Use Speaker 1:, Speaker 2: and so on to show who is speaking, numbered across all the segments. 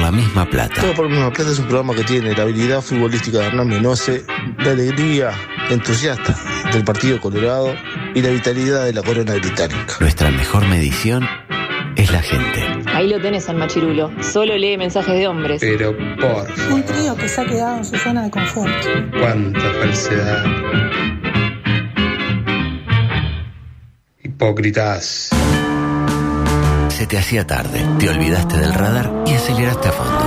Speaker 1: la misma plata.
Speaker 2: Todo por la misma plata es un programa que tiene la habilidad futbolística de Hernán Menose, la alegría entusiasta del Partido Colorado y la vitalidad de la corona británica.
Speaker 1: Nuestra mejor medición es la gente.
Speaker 3: Ahí lo tenés al machirulo. Solo lee mensajes de hombres.
Speaker 4: Pero por favor,
Speaker 5: Un trío que se ha quedado en su zona de confort.
Speaker 4: cuánta falsedad. Hipócritas.
Speaker 1: Se te hacía tarde, te olvidaste del radar y aceleraste a fondo.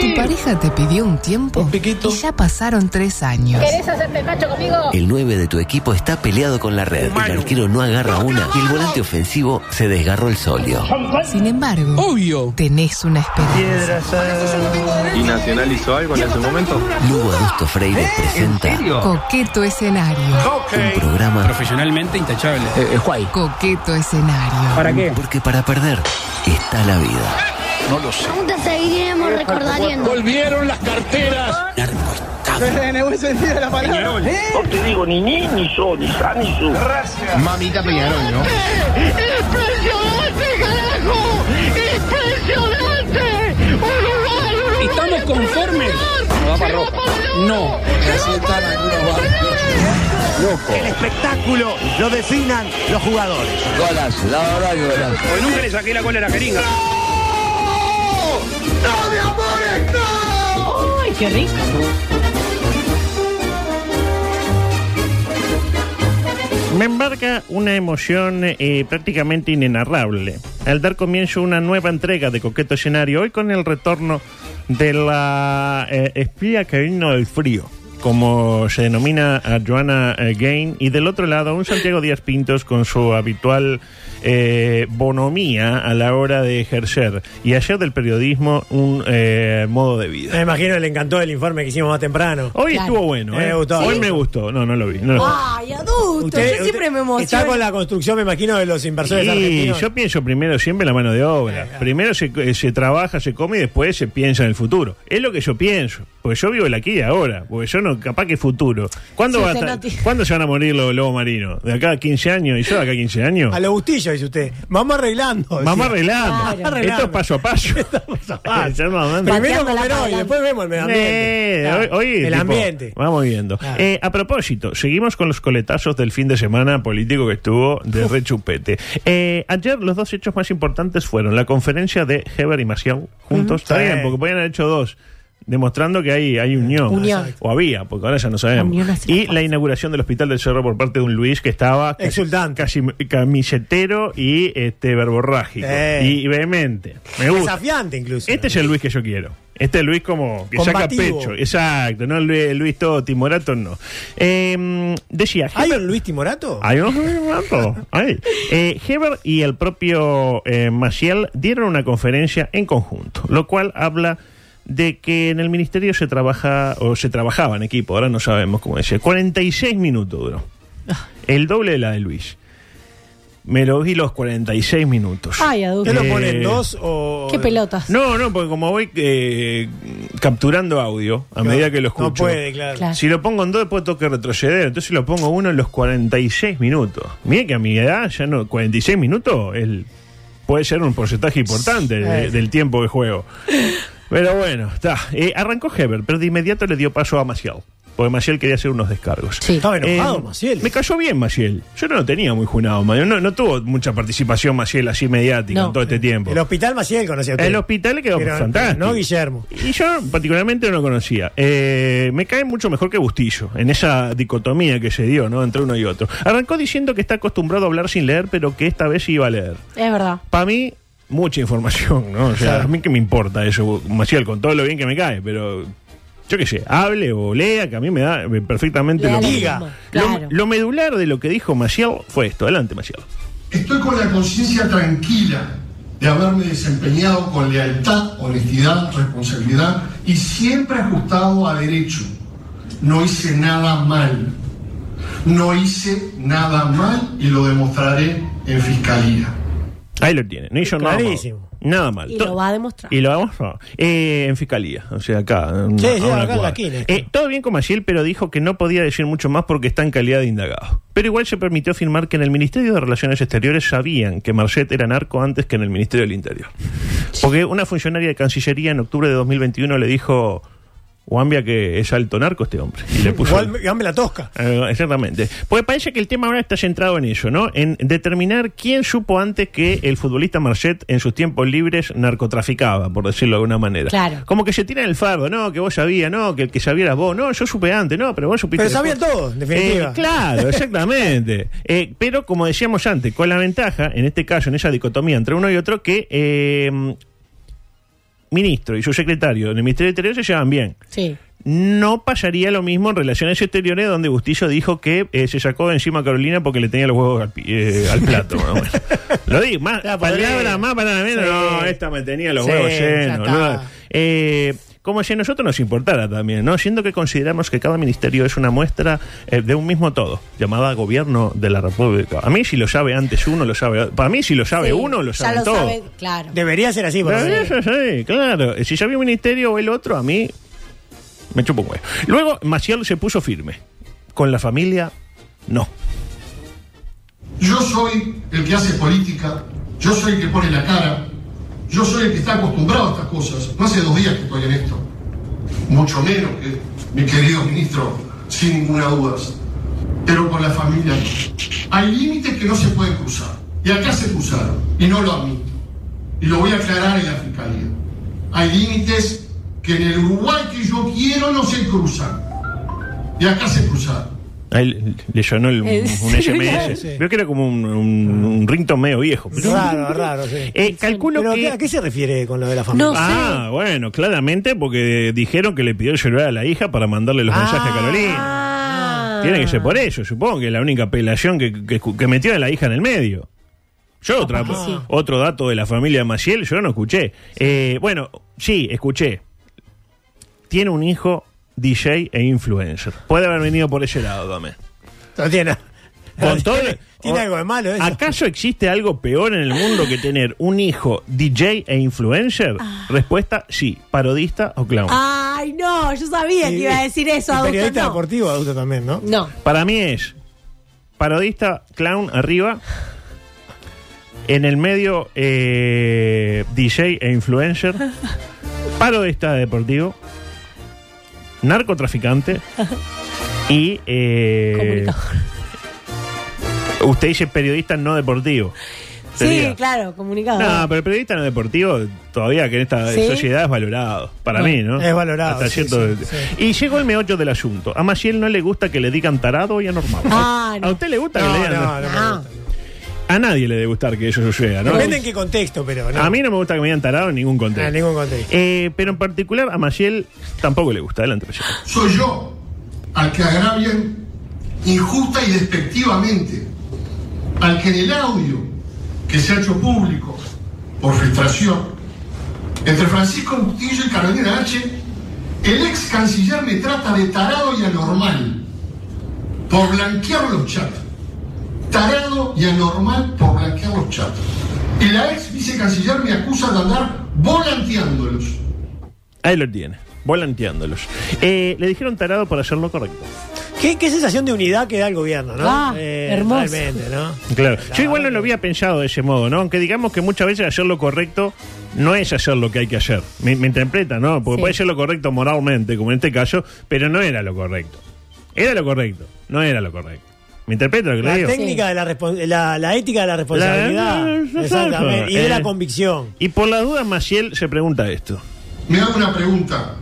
Speaker 6: Tu pareja te pidió un tiempo y ya pasaron tres años.
Speaker 1: El 9 de tu equipo está peleado con la red, el arquero no agarra una y el volante ofensivo se desgarró el solio.
Speaker 6: Sin embargo, tenés una esperanza.
Speaker 7: ¿Y Nacional hizo algo en ese momento?
Speaker 1: Lugo Augusto Freire
Speaker 8: ¿Eh?
Speaker 1: presenta
Speaker 6: Coqueto escenario.
Speaker 1: un programa
Speaker 9: Profesionalmente intachable.
Speaker 6: Coqueto escenario.
Speaker 1: porque para perder está la vida.
Speaker 10: Aún te seguiremos recordando.
Speaker 7: Mamita Peñarol, ¿no?
Speaker 10: ¡Impresionante, carajo! ¡Impresionante! ¡Uruguay, Uruguay!
Speaker 9: ¿Estamos conformes? No.
Speaker 8: espectáculo lo definan los jugadores.
Speaker 9: Porque nunca le saqué la cola a la jeringa.
Speaker 3: ¡Ay, qué rico!
Speaker 8: Me embarca una emoción eh, prácticamente inenarrable al dar comienzo a una nueva entrega de Coqueto Escenario, hoy con el retorno de la eh, espía que vino del frío, como se denomina a Joana eh, Gain, y del otro lado un Santiago Díaz Pintos con su habitual eh, bonomía a la hora de ejercer y hacer del periodismo un eh, modo de vida.
Speaker 11: Me imagino que le encantó el informe que hicimos más temprano.
Speaker 8: Hoy
Speaker 6: Claro.
Speaker 8: estuvo bueno,
Speaker 11: Me
Speaker 8: ¿eh?
Speaker 11: gustó.
Speaker 8: Hoy
Speaker 11: ¿Sí?
Speaker 8: me gustó. No, no lo vi. No lo vi.
Speaker 5: Ay, adulto, yo siempre me
Speaker 11: Está
Speaker 5: emociono.
Speaker 11: con la construcción, me imagino, de los inversores
Speaker 8: Y
Speaker 11: argentinos.
Speaker 8: yo pienso primero siempre en la mano de obra. Primero se, eh, se trabaja, se come y después se piensa en el futuro. Es lo que yo pienso. Porque yo vivo el aquí y ahora. Porque yo no, capaz que futuro. ¿Cuándo,
Speaker 5: Sí,
Speaker 8: va a
Speaker 5: usted
Speaker 8: ta-
Speaker 5: no ti-
Speaker 8: ¿cuándo se van a morir los lobos marinos? ¿De acá a 15 años? ¿Y yo de acá a 15 años?
Speaker 11: A lo gustillo, dice usted. Vamos arreglando.
Speaker 8: Vamos
Speaker 11: decía.
Speaker 8: arreglando.
Speaker 11: Claro.
Speaker 8: Esto es paso a paso.
Speaker 11: paso a paso.
Speaker 8: Estamos arreglando.
Speaker 11: Primero
Speaker 5: Pateándola
Speaker 11: comer
Speaker 5: para
Speaker 11: hoy,
Speaker 5: adelante.
Speaker 11: después vemos el medio ambiente.
Speaker 8: Eh,
Speaker 11: Claro.
Speaker 8: hoy- hoy,
Speaker 11: el
Speaker 8: tipo,
Speaker 11: ambiente.
Speaker 8: Vamos viendo.
Speaker 11: Claro.
Speaker 8: Eh, a propósito, seguimos con los coletazos del fin de semana político que estuvo de rechupete. Eh, ayer los dos hechos más importantes fueron la conferencia de Heber y Maciel juntos. Está
Speaker 11: Sí.
Speaker 8: bien, porque podían haber hecho dos. Demostrando que hay, hay unión.
Speaker 6: Unión.
Speaker 8: O había, porque ahora ya no sabemos.
Speaker 6: Unión hace
Speaker 8: Y
Speaker 6: la
Speaker 8: la inauguración del Hospital del Cerro por parte de un Luis que estaba casi-
Speaker 11: Exultante.
Speaker 8: casi camisetero y este verborrágico.
Speaker 11: Sí.
Speaker 8: Y vehemente. Me gusta.
Speaker 11: Desafiante incluso.
Speaker 8: Este es el Luis que yo quiero. Este es Luis como que saca
Speaker 11: Combativo.
Speaker 8: pecho. Exacto, no el Luis, el Luis todo timorato, no. Eh, decía,
Speaker 11: ¿Hay
Speaker 8: Heber-
Speaker 11: un Luis Timorato?
Speaker 8: Hay un Luis Timorato. Ay. Eh, Heber y el propio eh, Maciel dieron una conferencia en conjunto, lo cual habla de que en el ministerio se trabaja o se trabajaba en equipo, ahora no sabemos cómo decía. 46 minutos duró.
Speaker 11: Ah.
Speaker 8: El doble de la de Luis. Me lo vi los 46 minutos.
Speaker 3: ¡Ay, adulto!
Speaker 11: ¿Usted lo
Speaker 8: Eh,
Speaker 11: pone en dos o.?
Speaker 3: ¡Qué pelotas!
Speaker 8: No, no, porque como voy eh, capturando audio a
Speaker 11: No,
Speaker 8: medida que lo escucho.
Speaker 11: No puede, claro.
Speaker 3: Claro.
Speaker 8: Si lo pongo en dos, después tengo que retroceder. Entonces si lo pongo uno en los 46 minutos. Mire que a mi edad, ya no. 46 minutos el, puede ser un porcentaje importante de- del tiempo de juego. Pero bueno, está. Eh, arrancó Heber, pero de inmediato le dio paso a Maciel. Porque Maciel quería hacer unos descargos.
Speaker 3: Sí.
Speaker 11: Estaba enojado,
Speaker 8: Eh,
Speaker 11: Maciel.
Speaker 8: Me cayó bien Maciel. Yo no lo tenía muy junado. Maciel. No, no tuvo mucha participación Maciel así mediática
Speaker 3: No.
Speaker 8: en todo este tiempo.
Speaker 11: El hospital Maciel conocía usted.
Speaker 8: El hospital quedó
Speaker 11: Pero-
Speaker 8: fantástico.
Speaker 11: No, Guillermo.
Speaker 8: Y yo particularmente no lo conocía. Eh, me cae mucho mejor que Bustillo, en esa dicotomía que se dio, ¿no? Entre uno y otro. Arrancó diciendo que está acostumbrado a hablar sin leer, pero que esta vez sí iba a leer.
Speaker 3: Es verdad.
Speaker 8: Para mí, mucha información, ¿no? O sea,
Speaker 11: Claro.
Speaker 8: a mí que me importa eso, Maciel, con todo lo bien que me cae, pero yo qué sé, hable o lea, que a mí me da eh, perfectamente
Speaker 3: Le da
Speaker 8: lo
Speaker 3: lo
Speaker 8: mismo.
Speaker 11: Diga.
Speaker 3: mismo.
Speaker 8: Lo-
Speaker 3: Claro.
Speaker 8: Lo, medular de lo que dijo Maciel fue esto. Adelante, Maciel.
Speaker 7: Estoy con la conciencia tranquila de haberme desempeñado con lealtad, honestidad, responsabilidad y siempre ajustado a derecho. No hice nada mal. No hice nada mal y lo demostraré en fiscalía.
Speaker 8: Ahí lo tiene. No hizo nada mal.
Speaker 11: Clarísimo.
Speaker 8: Nada mal.
Speaker 3: Y
Speaker 8: To-
Speaker 3: lo va a demostrar.
Speaker 8: Y lo vamos a... Eh, en fiscalía, o sea, acá. en-
Speaker 11: Sí,
Speaker 8: a
Speaker 11: sí,
Speaker 8: una
Speaker 11: acá en la
Speaker 8: cuadra.
Speaker 11: esquina,
Speaker 8: Eh,
Speaker 11: claro.
Speaker 8: todo bien con Maciel, pero dijo que no podía decir mucho más porque está en calidad de indagado. Pero igual se permitió afirmar que en el Ministerio de Relaciones Exteriores sabían que Marcet era narco antes que en el Ministerio del Interior. Porque una funcionaria de Cancillería en octubre de 2021 le dijo Guambia que es alto narco este hombre. Y le puso.
Speaker 11: Igual, dame la tosca.
Speaker 8: Eh, exactamente. Porque parece que el tema ahora está centrado en eso, ¿no? En determinar quién supo antes que el futbolista Marchet en sus tiempos libres narcotraficaba, por decirlo de alguna manera.
Speaker 12: Claro.
Speaker 8: Como que se tiran el fardo, no, que vos sabías, no, que el que sabía eras vos, no, yo supe antes, no, pero vos supiste.
Speaker 11: Pero sabían
Speaker 8: después.
Speaker 11: todos, en definitiva.
Speaker 8: Eh, claro, exactamente. Eh, pero como decíamos antes, con la ventaja, en este caso, en esa dicotomía entre uno y otro, que eh, ministro y su secretario en el Ministerio de Interior se llevan bien.
Speaker 12: Sí.
Speaker 8: No pasaría lo mismo en relaciones exteriores, donde Bustillo dijo que eh, se sacó de encima a Carolina porque le tenía los huevos al, pi- eh, al plato. más o menos. Lo digo, más
Speaker 11: Ya, podría.
Speaker 8: palabra, más palabra menos.
Speaker 11: Sí.
Speaker 8: No, esta me tenía los
Speaker 11: Sí,
Speaker 8: huevos
Speaker 11: ya
Speaker 8: llenos.
Speaker 11: está.
Speaker 8: ¿no? Eh, como si a nosotros nos importara también, ¿no? Siendo que consideramos que cada ministerio es una muestra eh, de un mismo todo, llamada gobierno de la República. A mí si lo sabe antes uno, lo sabe... Para mí si lo sabe
Speaker 12: Sí,
Speaker 8: uno, lo
Speaker 12: ya
Speaker 8: sabe
Speaker 12: lo
Speaker 8: todo.
Speaker 12: sabe, claro.
Speaker 11: Debería ser así, por lo
Speaker 8: Debería
Speaker 11: menos.
Speaker 8: ser así, claro. Si ya había un ministerio o el otro, a mí me chupa un huevo. Luego, Maciel se puso firme. Con la familia, no.
Speaker 7: Yo soy el que hace política, yo soy el que pone la cara, yo soy el que está acostumbrado a estas cosas. No hace dos días que estoy en esto, mucho menos que mi querido ministro, sin ninguna duda. Pero con la familia no. hay límites que no se pueden cruzar. Y acá se cruzaron, y no lo admito. Y lo voy a aclarar en la fiscalía. Hay límites que en el Uruguay que yo quiero no se cruzan. Y acá se cruzaron.
Speaker 8: Ahí le- le llenó el- un
Speaker 12: El celular.
Speaker 8: SMS. Veo que era como un, un, un ringtone medio viejo. pero-
Speaker 11: Raro, raro, sí.
Speaker 8: Eh, calculo
Speaker 11: Pero,
Speaker 8: que...
Speaker 11: ¿a qué se refiere con lo de la familia?
Speaker 12: No.
Speaker 8: Ah, bueno, claramente porque dijeron que le pidió el celular a la hija para mandarle los mensajes a Carolina.
Speaker 12: Ah.
Speaker 8: Tiene que ser por eso, supongo que es la única apelación que, que, que metió a la hija en el medio. Yo otra,
Speaker 12: que sí.
Speaker 8: otro dato de la familia Maciel, yo no escuché. Eh, bueno, sí, escuché. Tiene un hijo DJ e influencer. Puede haber venido por ese lado también.
Speaker 11: No tiene nada.
Speaker 8: Con todo-
Speaker 11: Tiene
Speaker 8: o-
Speaker 11: algo de malo eso.
Speaker 8: ¿Acaso existe algo peor en el mundo que tener un hijo DJ e influencer?
Speaker 12: Ah.
Speaker 8: Respuesta, sí. Parodista o clown.
Speaker 12: Ay, no, yo sabía que iba a decir eso,
Speaker 11: Y
Speaker 12: adulto.
Speaker 11: Periodista
Speaker 12: No.
Speaker 11: deportivo, adulto también, ¿no?
Speaker 12: no.
Speaker 8: Para mí es parodista, clown arriba, en el medio eh, DJ e influencer, parodista deportivo, narcotraficante y... eh,
Speaker 12: Comunicador.
Speaker 8: usted dice periodista no deportivo.
Speaker 12: Sí,
Speaker 8: sería.
Speaker 12: claro, comunicado.
Speaker 11: Ah.
Speaker 8: No, pero el periodista no deportivo todavía que en esta
Speaker 12: Sí.
Speaker 8: sociedad es valorado. Para
Speaker 12: Bueno.
Speaker 8: mí, ¿no?
Speaker 11: Es valorado,
Speaker 8: Hasta
Speaker 11: sí,
Speaker 8: cierto-
Speaker 11: sí,
Speaker 8: Y llegó el meollo del asunto. A Maciel no le gusta que le digan tarado y anormal.
Speaker 12: Ah, no.
Speaker 8: ¿A usted le gusta que le
Speaker 11: No,
Speaker 8: digan?
Speaker 11: no, no.
Speaker 6: Ah,
Speaker 11: me gusta.
Speaker 8: A nadie le debe gustar que eso suceda, ¿no?
Speaker 11: Depende en qué contexto, pero no.
Speaker 8: A mí no me gusta que me digan tarado en ningún
Speaker 11: No,
Speaker 8: contexto.
Speaker 11: en Ah, ningún contexto.
Speaker 8: Eh, pero en particular a Maciel tampoco le gusta. Adelante, Maciel.
Speaker 7: soy yo al que agravian injusta y despectivamente, al que en el audio que se ha hecho público por filtración entre Francisco Bustillo y Carolina H, el ex canciller me trata de tarado y anormal por blanquear los chats. Tarado y anormal por blanquear los chats. Y la ex vicecanciller me acusa de andar volanteándolos.
Speaker 8: Ahí lo tiene, volanteándolos. Eh, le dijeron tarado por hacer lo correcto.
Speaker 11: ¿Qué, qué sensación de unidad que da el gobierno, ¿no? Eh,
Speaker 12: Ah, hermoso.
Speaker 11: Realmente, ¿no?
Speaker 8: Claro. Yo igual no lo había pensado de ese modo, ¿no? Aunque digamos que muchas veces hacer lo correcto no es hacer lo que hay que hacer. Me, me interpreta, ¿no? Porque
Speaker 12: Sí.
Speaker 8: puede ser lo correcto moralmente, como en este caso, pero no era lo correcto. Era lo correcto, no era lo correcto. ¿Me interpreta lo que
Speaker 11: La
Speaker 8: le digo?
Speaker 11: técnica de la, respon- la, la ética de la responsabilidad.
Speaker 8: La- exacto.
Speaker 11: Exactamente. Y
Speaker 8: Eh.
Speaker 11: de la convicción.
Speaker 8: Y por la duda, Maciel se pregunta esto.
Speaker 7: me hago una pregunta.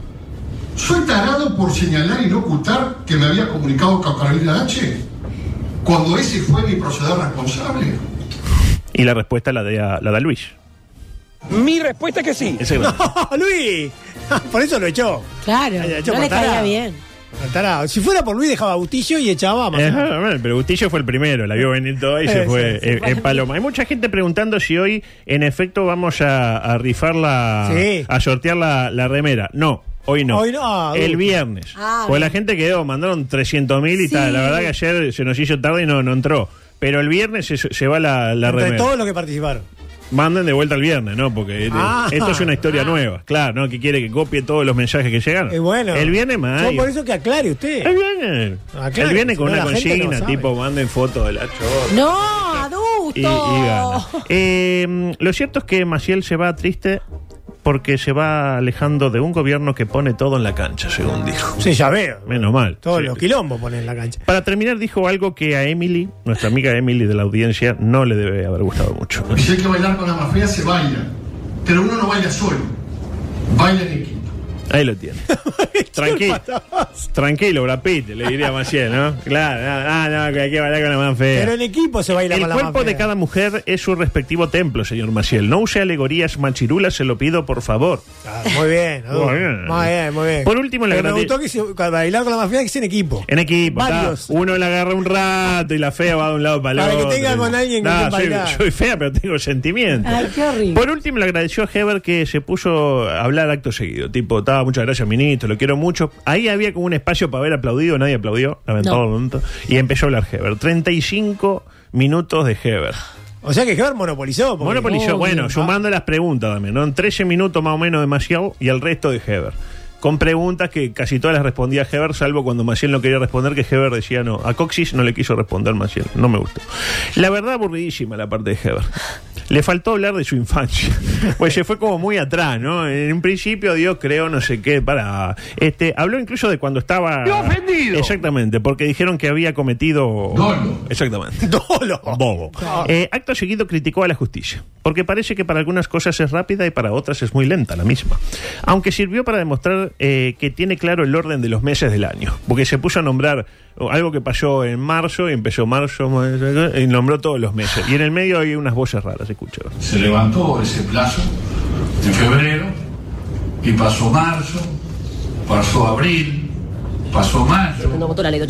Speaker 7: ¿Soy tarado por señalar y no ocultar que me había comunicado con Carolina H? Cuando ese fue mi proceder responsable.
Speaker 8: Y la respuesta la da, la da Luis.
Speaker 9: Mi respuesta es que sí.
Speaker 8: Ese-
Speaker 11: ¡No, Luis! Por eso lo echó.
Speaker 12: Claro,
Speaker 11: Ay, ay, yo
Speaker 12: no le
Speaker 11: matara.
Speaker 12: caía bien.
Speaker 11: Al tarado. Si fuera por Luis, dejaba a Bustillo y echaba a Massa.
Speaker 8: Ajá, bueno, pero Bustillo fue el primero, la vio venir todo y se
Speaker 11: Eh,
Speaker 8: fue
Speaker 11: sí, sí,
Speaker 8: eh, en paloma. Hay mucha gente preguntando si hoy, en efecto, vamos a, a rifar la.
Speaker 11: Sí.
Speaker 8: a sortear la, la remera. No. Hoy no.
Speaker 11: Hoy no, ah,
Speaker 8: el
Speaker 11: adulto.
Speaker 8: viernes.
Speaker 12: Ah,
Speaker 8: Porque la
Speaker 12: bien.
Speaker 8: gente quedó, mandaron 300 mil y
Speaker 12: Sí.
Speaker 8: tal. La verdad que ayer se nos hizo tarde y no, no entró. Pero el viernes se, se va la, la
Speaker 11: Entre
Speaker 8: remera.
Speaker 11: todos los que participaron.
Speaker 8: Manden de vuelta el viernes, ¿no? Porque eh,
Speaker 11: Ah.
Speaker 8: esto es una historia nueva. Claro, ¿no? Que quiere que copie todos los mensajes que llegaron.
Speaker 11: Es bueno.
Speaker 8: El viernes más.
Speaker 11: Yo por eso que aclare usted.
Speaker 8: El viernes.
Speaker 11: Ah, claro,
Speaker 8: el viernes con
Speaker 11: si no,
Speaker 8: una
Speaker 11: la gente no
Speaker 8: consigna,
Speaker 11: sabe.
Speaker 8: tipo, manden fotos de la chota.
Speaker 12: No, adulto.
Speaker 8: Em, Y, y gana. Eh, lo cierto es que Maciel se va triste porque se va alejando de un gobierno que pone todo en la cancha, según dijo.
Speaker 11: Sí, ya veo.
Speaker 8: Menos mal.
Speaker 11: Todos
Speaker 8: Sí.
Speaker 11: los quilombos ponen en la cancha.
Speaker 8: Para terminar, dijo algo que a Emily, nuestra amiga Emily de la audiencia, no le debe haber gustado mucho.
Speaker 7: Si hay que bailar con la más fría, se baila. Pero uno no baila solo, baila en equipo.
Speaker 8: Ahí lo tiene. Tranquilo. Tranquilo, Brad Pitt, le diría a Maciel, ¿no? Claro, ah, no, que hay que bailar con la más fea.
Speaker 11: Pero en equipo se baila
Speaker 8: El
Speaker 11: con la
Speaker 8: cuerpo
Speaker 11: más
Speaker 8: de
Speaker 11: fea.
Speaker 8: cada mujer es su respectivo templo, señor Maciel. No use alegorías machirulas, se lo pido, por favor.
Speaker 11: Ah, Muy bien, ¿no?
Speaker 8: Muy bien.
Speaker 11: Muy bien, muy bien.
Speaker 8: Por último, la
Speaker 11: Pero Me
Speaker 8: grande-
Speaker 11: gustó que se, que bailar con la más fea que sea en equipo.
Speaker 8: En equipo, está.
Speaker 11: Varios.
Speaker 8: uno la agarra un rato y la fea va de un lado para el
Speaker 11: Para que
Speaker 8: otro.
Speaker 11: tenga con alguien que
Speaker 8: Nah,
Speaker 11: sepa
Speaker 8: soy,
Speaker 11: bailar.
Speaker 8: soy fea, pero tengo sentimientos.
Speaker 12: Ay, qué horrible.
Speaker 8: Por último, le agradeció a Heber que se puso a hablar acto seguido. Tipo, estaba, muchas gracias, ministro, lo quiero mucho. Ahí había como un espacio para haber aplaudido, nadie aplaudió, lamentablemente. Y empezó a hablar Heber. 35 minutos de Heber.
Speaker 11: O sea que Heber monopolizó. porque-
Speaker 8: Monopolizó,
Speaker 11: Oh,
Speaker 8: bueno,
Speaker 11: bien.
Speaker 8: sumando las preguntas también, ¿no? En 13 minutos más o menos de Maciel y el resto de Heber. Con preguntas que casi todas las respondía Heber, salvo cuando Maciel no quería responder, que Heber decía no. A Coxis no le quiso responder Maciel, no me gustó. La verdad, aburridísima la parte de Heber. Le faltó hablar de su infancia. Pues se fue como muy atrás, ¿no? En un principio Dios creó no sé qué para... Este, habló incluso de cuando estaba... ofendido! Exactamente, porque dijeron que había cometido...
Speaker 7: Dolo.
Speaker 8: Exactamente.
Speaker 11: Dolo.
Speaker 8: Bobo. Eh, acto seguido criticó a la justicia, porque parece que para algunas cosas es rápida y para otras es muy lenta la misma. Aunque sirvió para demostrar eh, que tiene claro el orden de los meses del año, porque se puso a nombrar oh, algo que pasó en marzo y empezó marzo y nombró todos los meses. Y en el medio hay unas voces raras, escucho.
Speaker 7: Se levantó ese plazo en febrero y pasó marzo, pasó abril, pasó mayo,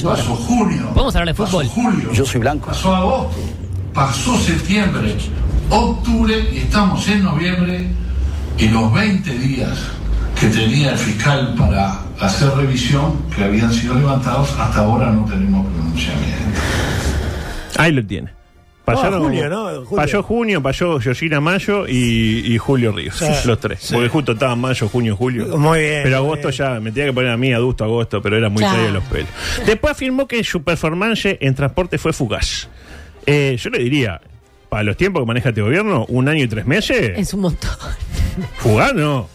Speaker 7: pasó junio. Vamos a hablar de fútbol. julio,
Speaker 13: Yo soy blanco.
Speaker 7: pasó agosto, pasó septiembre, octubre y estamos en noviembre y los 20 días que tenía el fiscal para hacer revisión que habían sido levantados hasta ahora no tenemos pronunciamiento.
Speaker 8: Ahí lo tiene.
Speaker 11: Ah,
Speaker 8: Pasaron,
Speaker 11: junio, ¿no? Julio.
Speaker 8: Pasó junio, pasó Georgina Mayo y, y Julio Ríos,
Speaker 11: Sí.
Speaker 8: los tres.
Speaker 11: Sí.
Speaker 8: Porque justo estaban mayo, junio, julio.
Speaker 11: Muy bien,
Speaker 8: Pero
Speaker 11: muy
Speaker 8: agosto ya, me tenía que poner a mí adusto agosto, pero era muy
Speaker 11: Claro.
Speaker 8: serio los pelos. Después afirmó que su performance en transporte fue fugaz. Eh, yo le diría, para los tiempos que maneja este gobierno, un año y tres meses,
Speaker 12: Es un montón.
Speaker 8: fugaz no.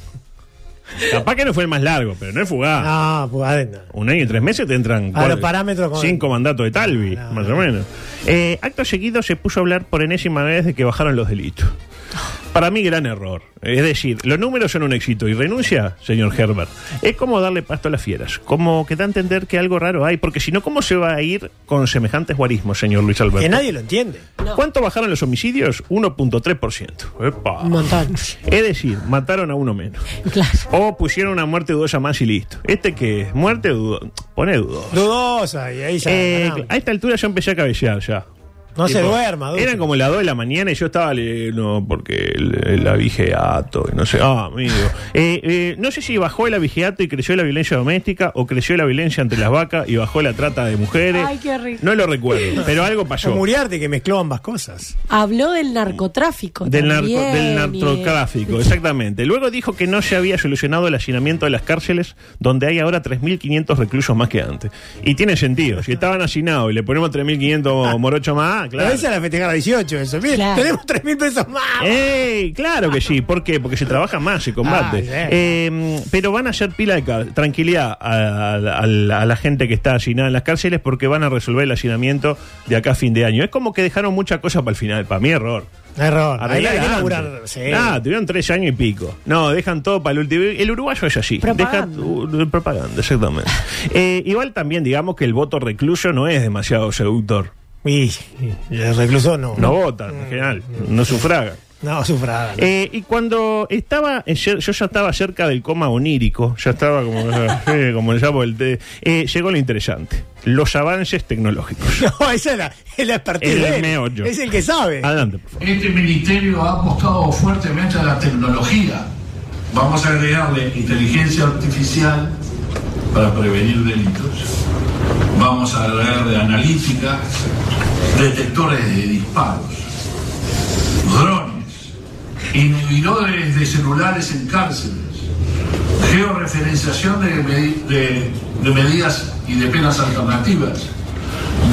Speaker 8: Capaz que no fue el más largo, pero no es fugaz.
Speaker 11: Ah, pues adentro.
Speaker 8: Un año y tres meses te entran
Speaker 11: A los
Speaker 8: cuatro-
Speaker 11: parámetros con-
Speaker 8: cinco mandatos de Talvi,
Speaker 11: No, no,
Speaker 8: más o menos. Eh, acto seguido se puso a hablar por enésima vez de que bajaron los delitos. Para mí, gran error. Es decir, los números son un éxito. ¿Y renuncia, señor Herbert? Es como darle pasto a las fieras. Como que da a entender que algo raro hay. Porque si no, ¿cómo se va a ir con semejantes guarismos, señor Luis Alberto?
Speaker 11: Que nadie lo entiende.
Speaker 8: ¿Cuánto bajaron los homicidios? 1.3%. ¡Epa!
Speaker 12: Un montón.
Speaker 8: Es decir, mataron a uno menos.
Speaker 12: Claro.
Speaker 8: O pusieron una muerte dudosa más y listo. ¿Este qué es? Muerte dudosa. Pone dudosa.
Speaker 11: Dudosa, y ahí ya.
Speaker 8: Eh,
Speaker 11: ganamos.
Speaker 8: a esta altura yo empecé a cabecear ya.
Speaker 11: no se
Speaker 8: Tipo,
Speaker 11: duerma, duerma.
Speaker 8: Eran como las 2 de la mañana y yo estaba leyendo porque el, el abigeato, y no sé, ah, amigo. Eh, eh, no sé si bajó el abigeato y creció la violencia doméstica o creció la violencia entre las vacas y bajó la trata de
Speaker 11: Eh,
Speaker 8: mujeres.
Speaker 12: Ay, qué rico.
Speaker 8: No lo recuerdo, pero algo pasó.
Speaker 11: Como Uriarte que mezcló ambas cosas.
Speaker 12: Habló del narcotráfico.
Speaker 8: Del, narco,
Speaker 12: también,
Speaker 8: del
Speaker 12: y-
Speaker 8: narcotráfico, exactamente. Luego dijo que no se había solucionado el hacinamiento de las cárceles, donde hay ahora 3.500 reclusos más que antes. Y tiene sentido. Si estaban hacinados y le ponemos 3.500 morocho más,
Speaker 11: Claro.
Speaker 8: claro.
Speaker 11: esa la festejar a 18, eso. Miren,
Speaker 12: Claro.
Speaker 11: tenemos 3 mil pesos más.
Speaker 8: ¡Ey! Claro que sí. ¿Por qué? Porque se trabaja más, se combate.
Speaker 11: Ah, bien.
Speaker 8: Eh, pero van a hacer pila de cal- tranquilidad a, a- a la a la gente que está hacinada en las cárceles porque van a resolver el hacinamiento de acá a fin de año. Es como que dejaron mucha cosa para el final. Para mi error.
Speaker 11: Error. Ahí hay que
Speaker 8: Arreglar
Speaker 11: laburar.
Speaker 8: antes.
Speaker 11: Sí.
Speaker 8: Ah, tuvieron tres años y pico. No, dejan todo para el último. El uruguayo es así.
Speaker 12: Propaganda.
Speaker 8: Deja tu- propaganda, exactamente. Eh, igual también digamos que el voto recluso no es demasiado seductor.
Speaker 11: Y, y el recluso no.
Speaker 8: No votan, en general. No sufragan.
Speaker 11: No, sufragada.
Speaker 8: Eh, y cuando estaba, eh, yo yo ya estaba cerca del coma onírico, ya estaba como, eh, como ya por el té. Eh, llegó lo interesante, los avances tecnológicos.
Speaker 11: No, esa es la, es la expertise
Speaker 8: El
Speaker 11: de él.
Speaker 8: meollo.
Speaker 11: Es el que sabe.
Speaker 8: Adelante, por favor.
Speaker 7: Este ministerio ha apostado fuertemente a la tecnología. Vamos a agregarle inteligencia artificial para prevenir delitos. Vamos a agregarle analítica, detectores de disparos, drones, inhibidores de celulares en cárceles, georreferenciación de, medi- de- de medidas y de penas alternativas,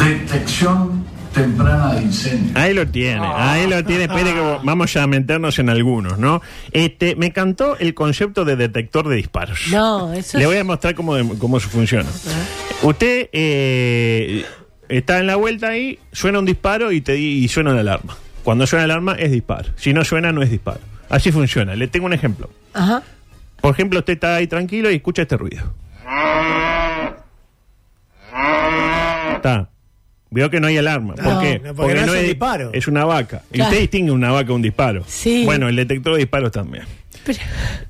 Speaker 7: detección temprana de incendio.
Speaker 8: Ahí lo tiene, ahí lo tiene. Espere que vamos a meternos en algunos, ¿no? Este, me encantó el concepto de detector de disparos.
Speaker 12: No, eso
Speaker 8: Le
Speaker 12: es-
Speaker 8: voy a mostrar cómo, cómo eso funciona. Usted eh, está en la vuelta ahí, suena un disparo y, te, di- y suena la alarma. Cuando suena la alarma es disparo. Si no suena, no es disparo. Así funciona. Le tengo un ejemplo.
Speaker 12: Ajá.
Speaker 8: Por ejemplo, usted está ahí tranquilo y escucha este ruido. Está. Veo que no hay alarma. ¿Por
Speaker 11: No,
Speaker 8: qué?
Speaker 11: no, porque no es un disparo.
Speaker 8: Es una vaca. Y
Speaker 11: Claro.
Speaker 8: usted distingue una vaca de un disparo. Bueno, el detector de disparos también.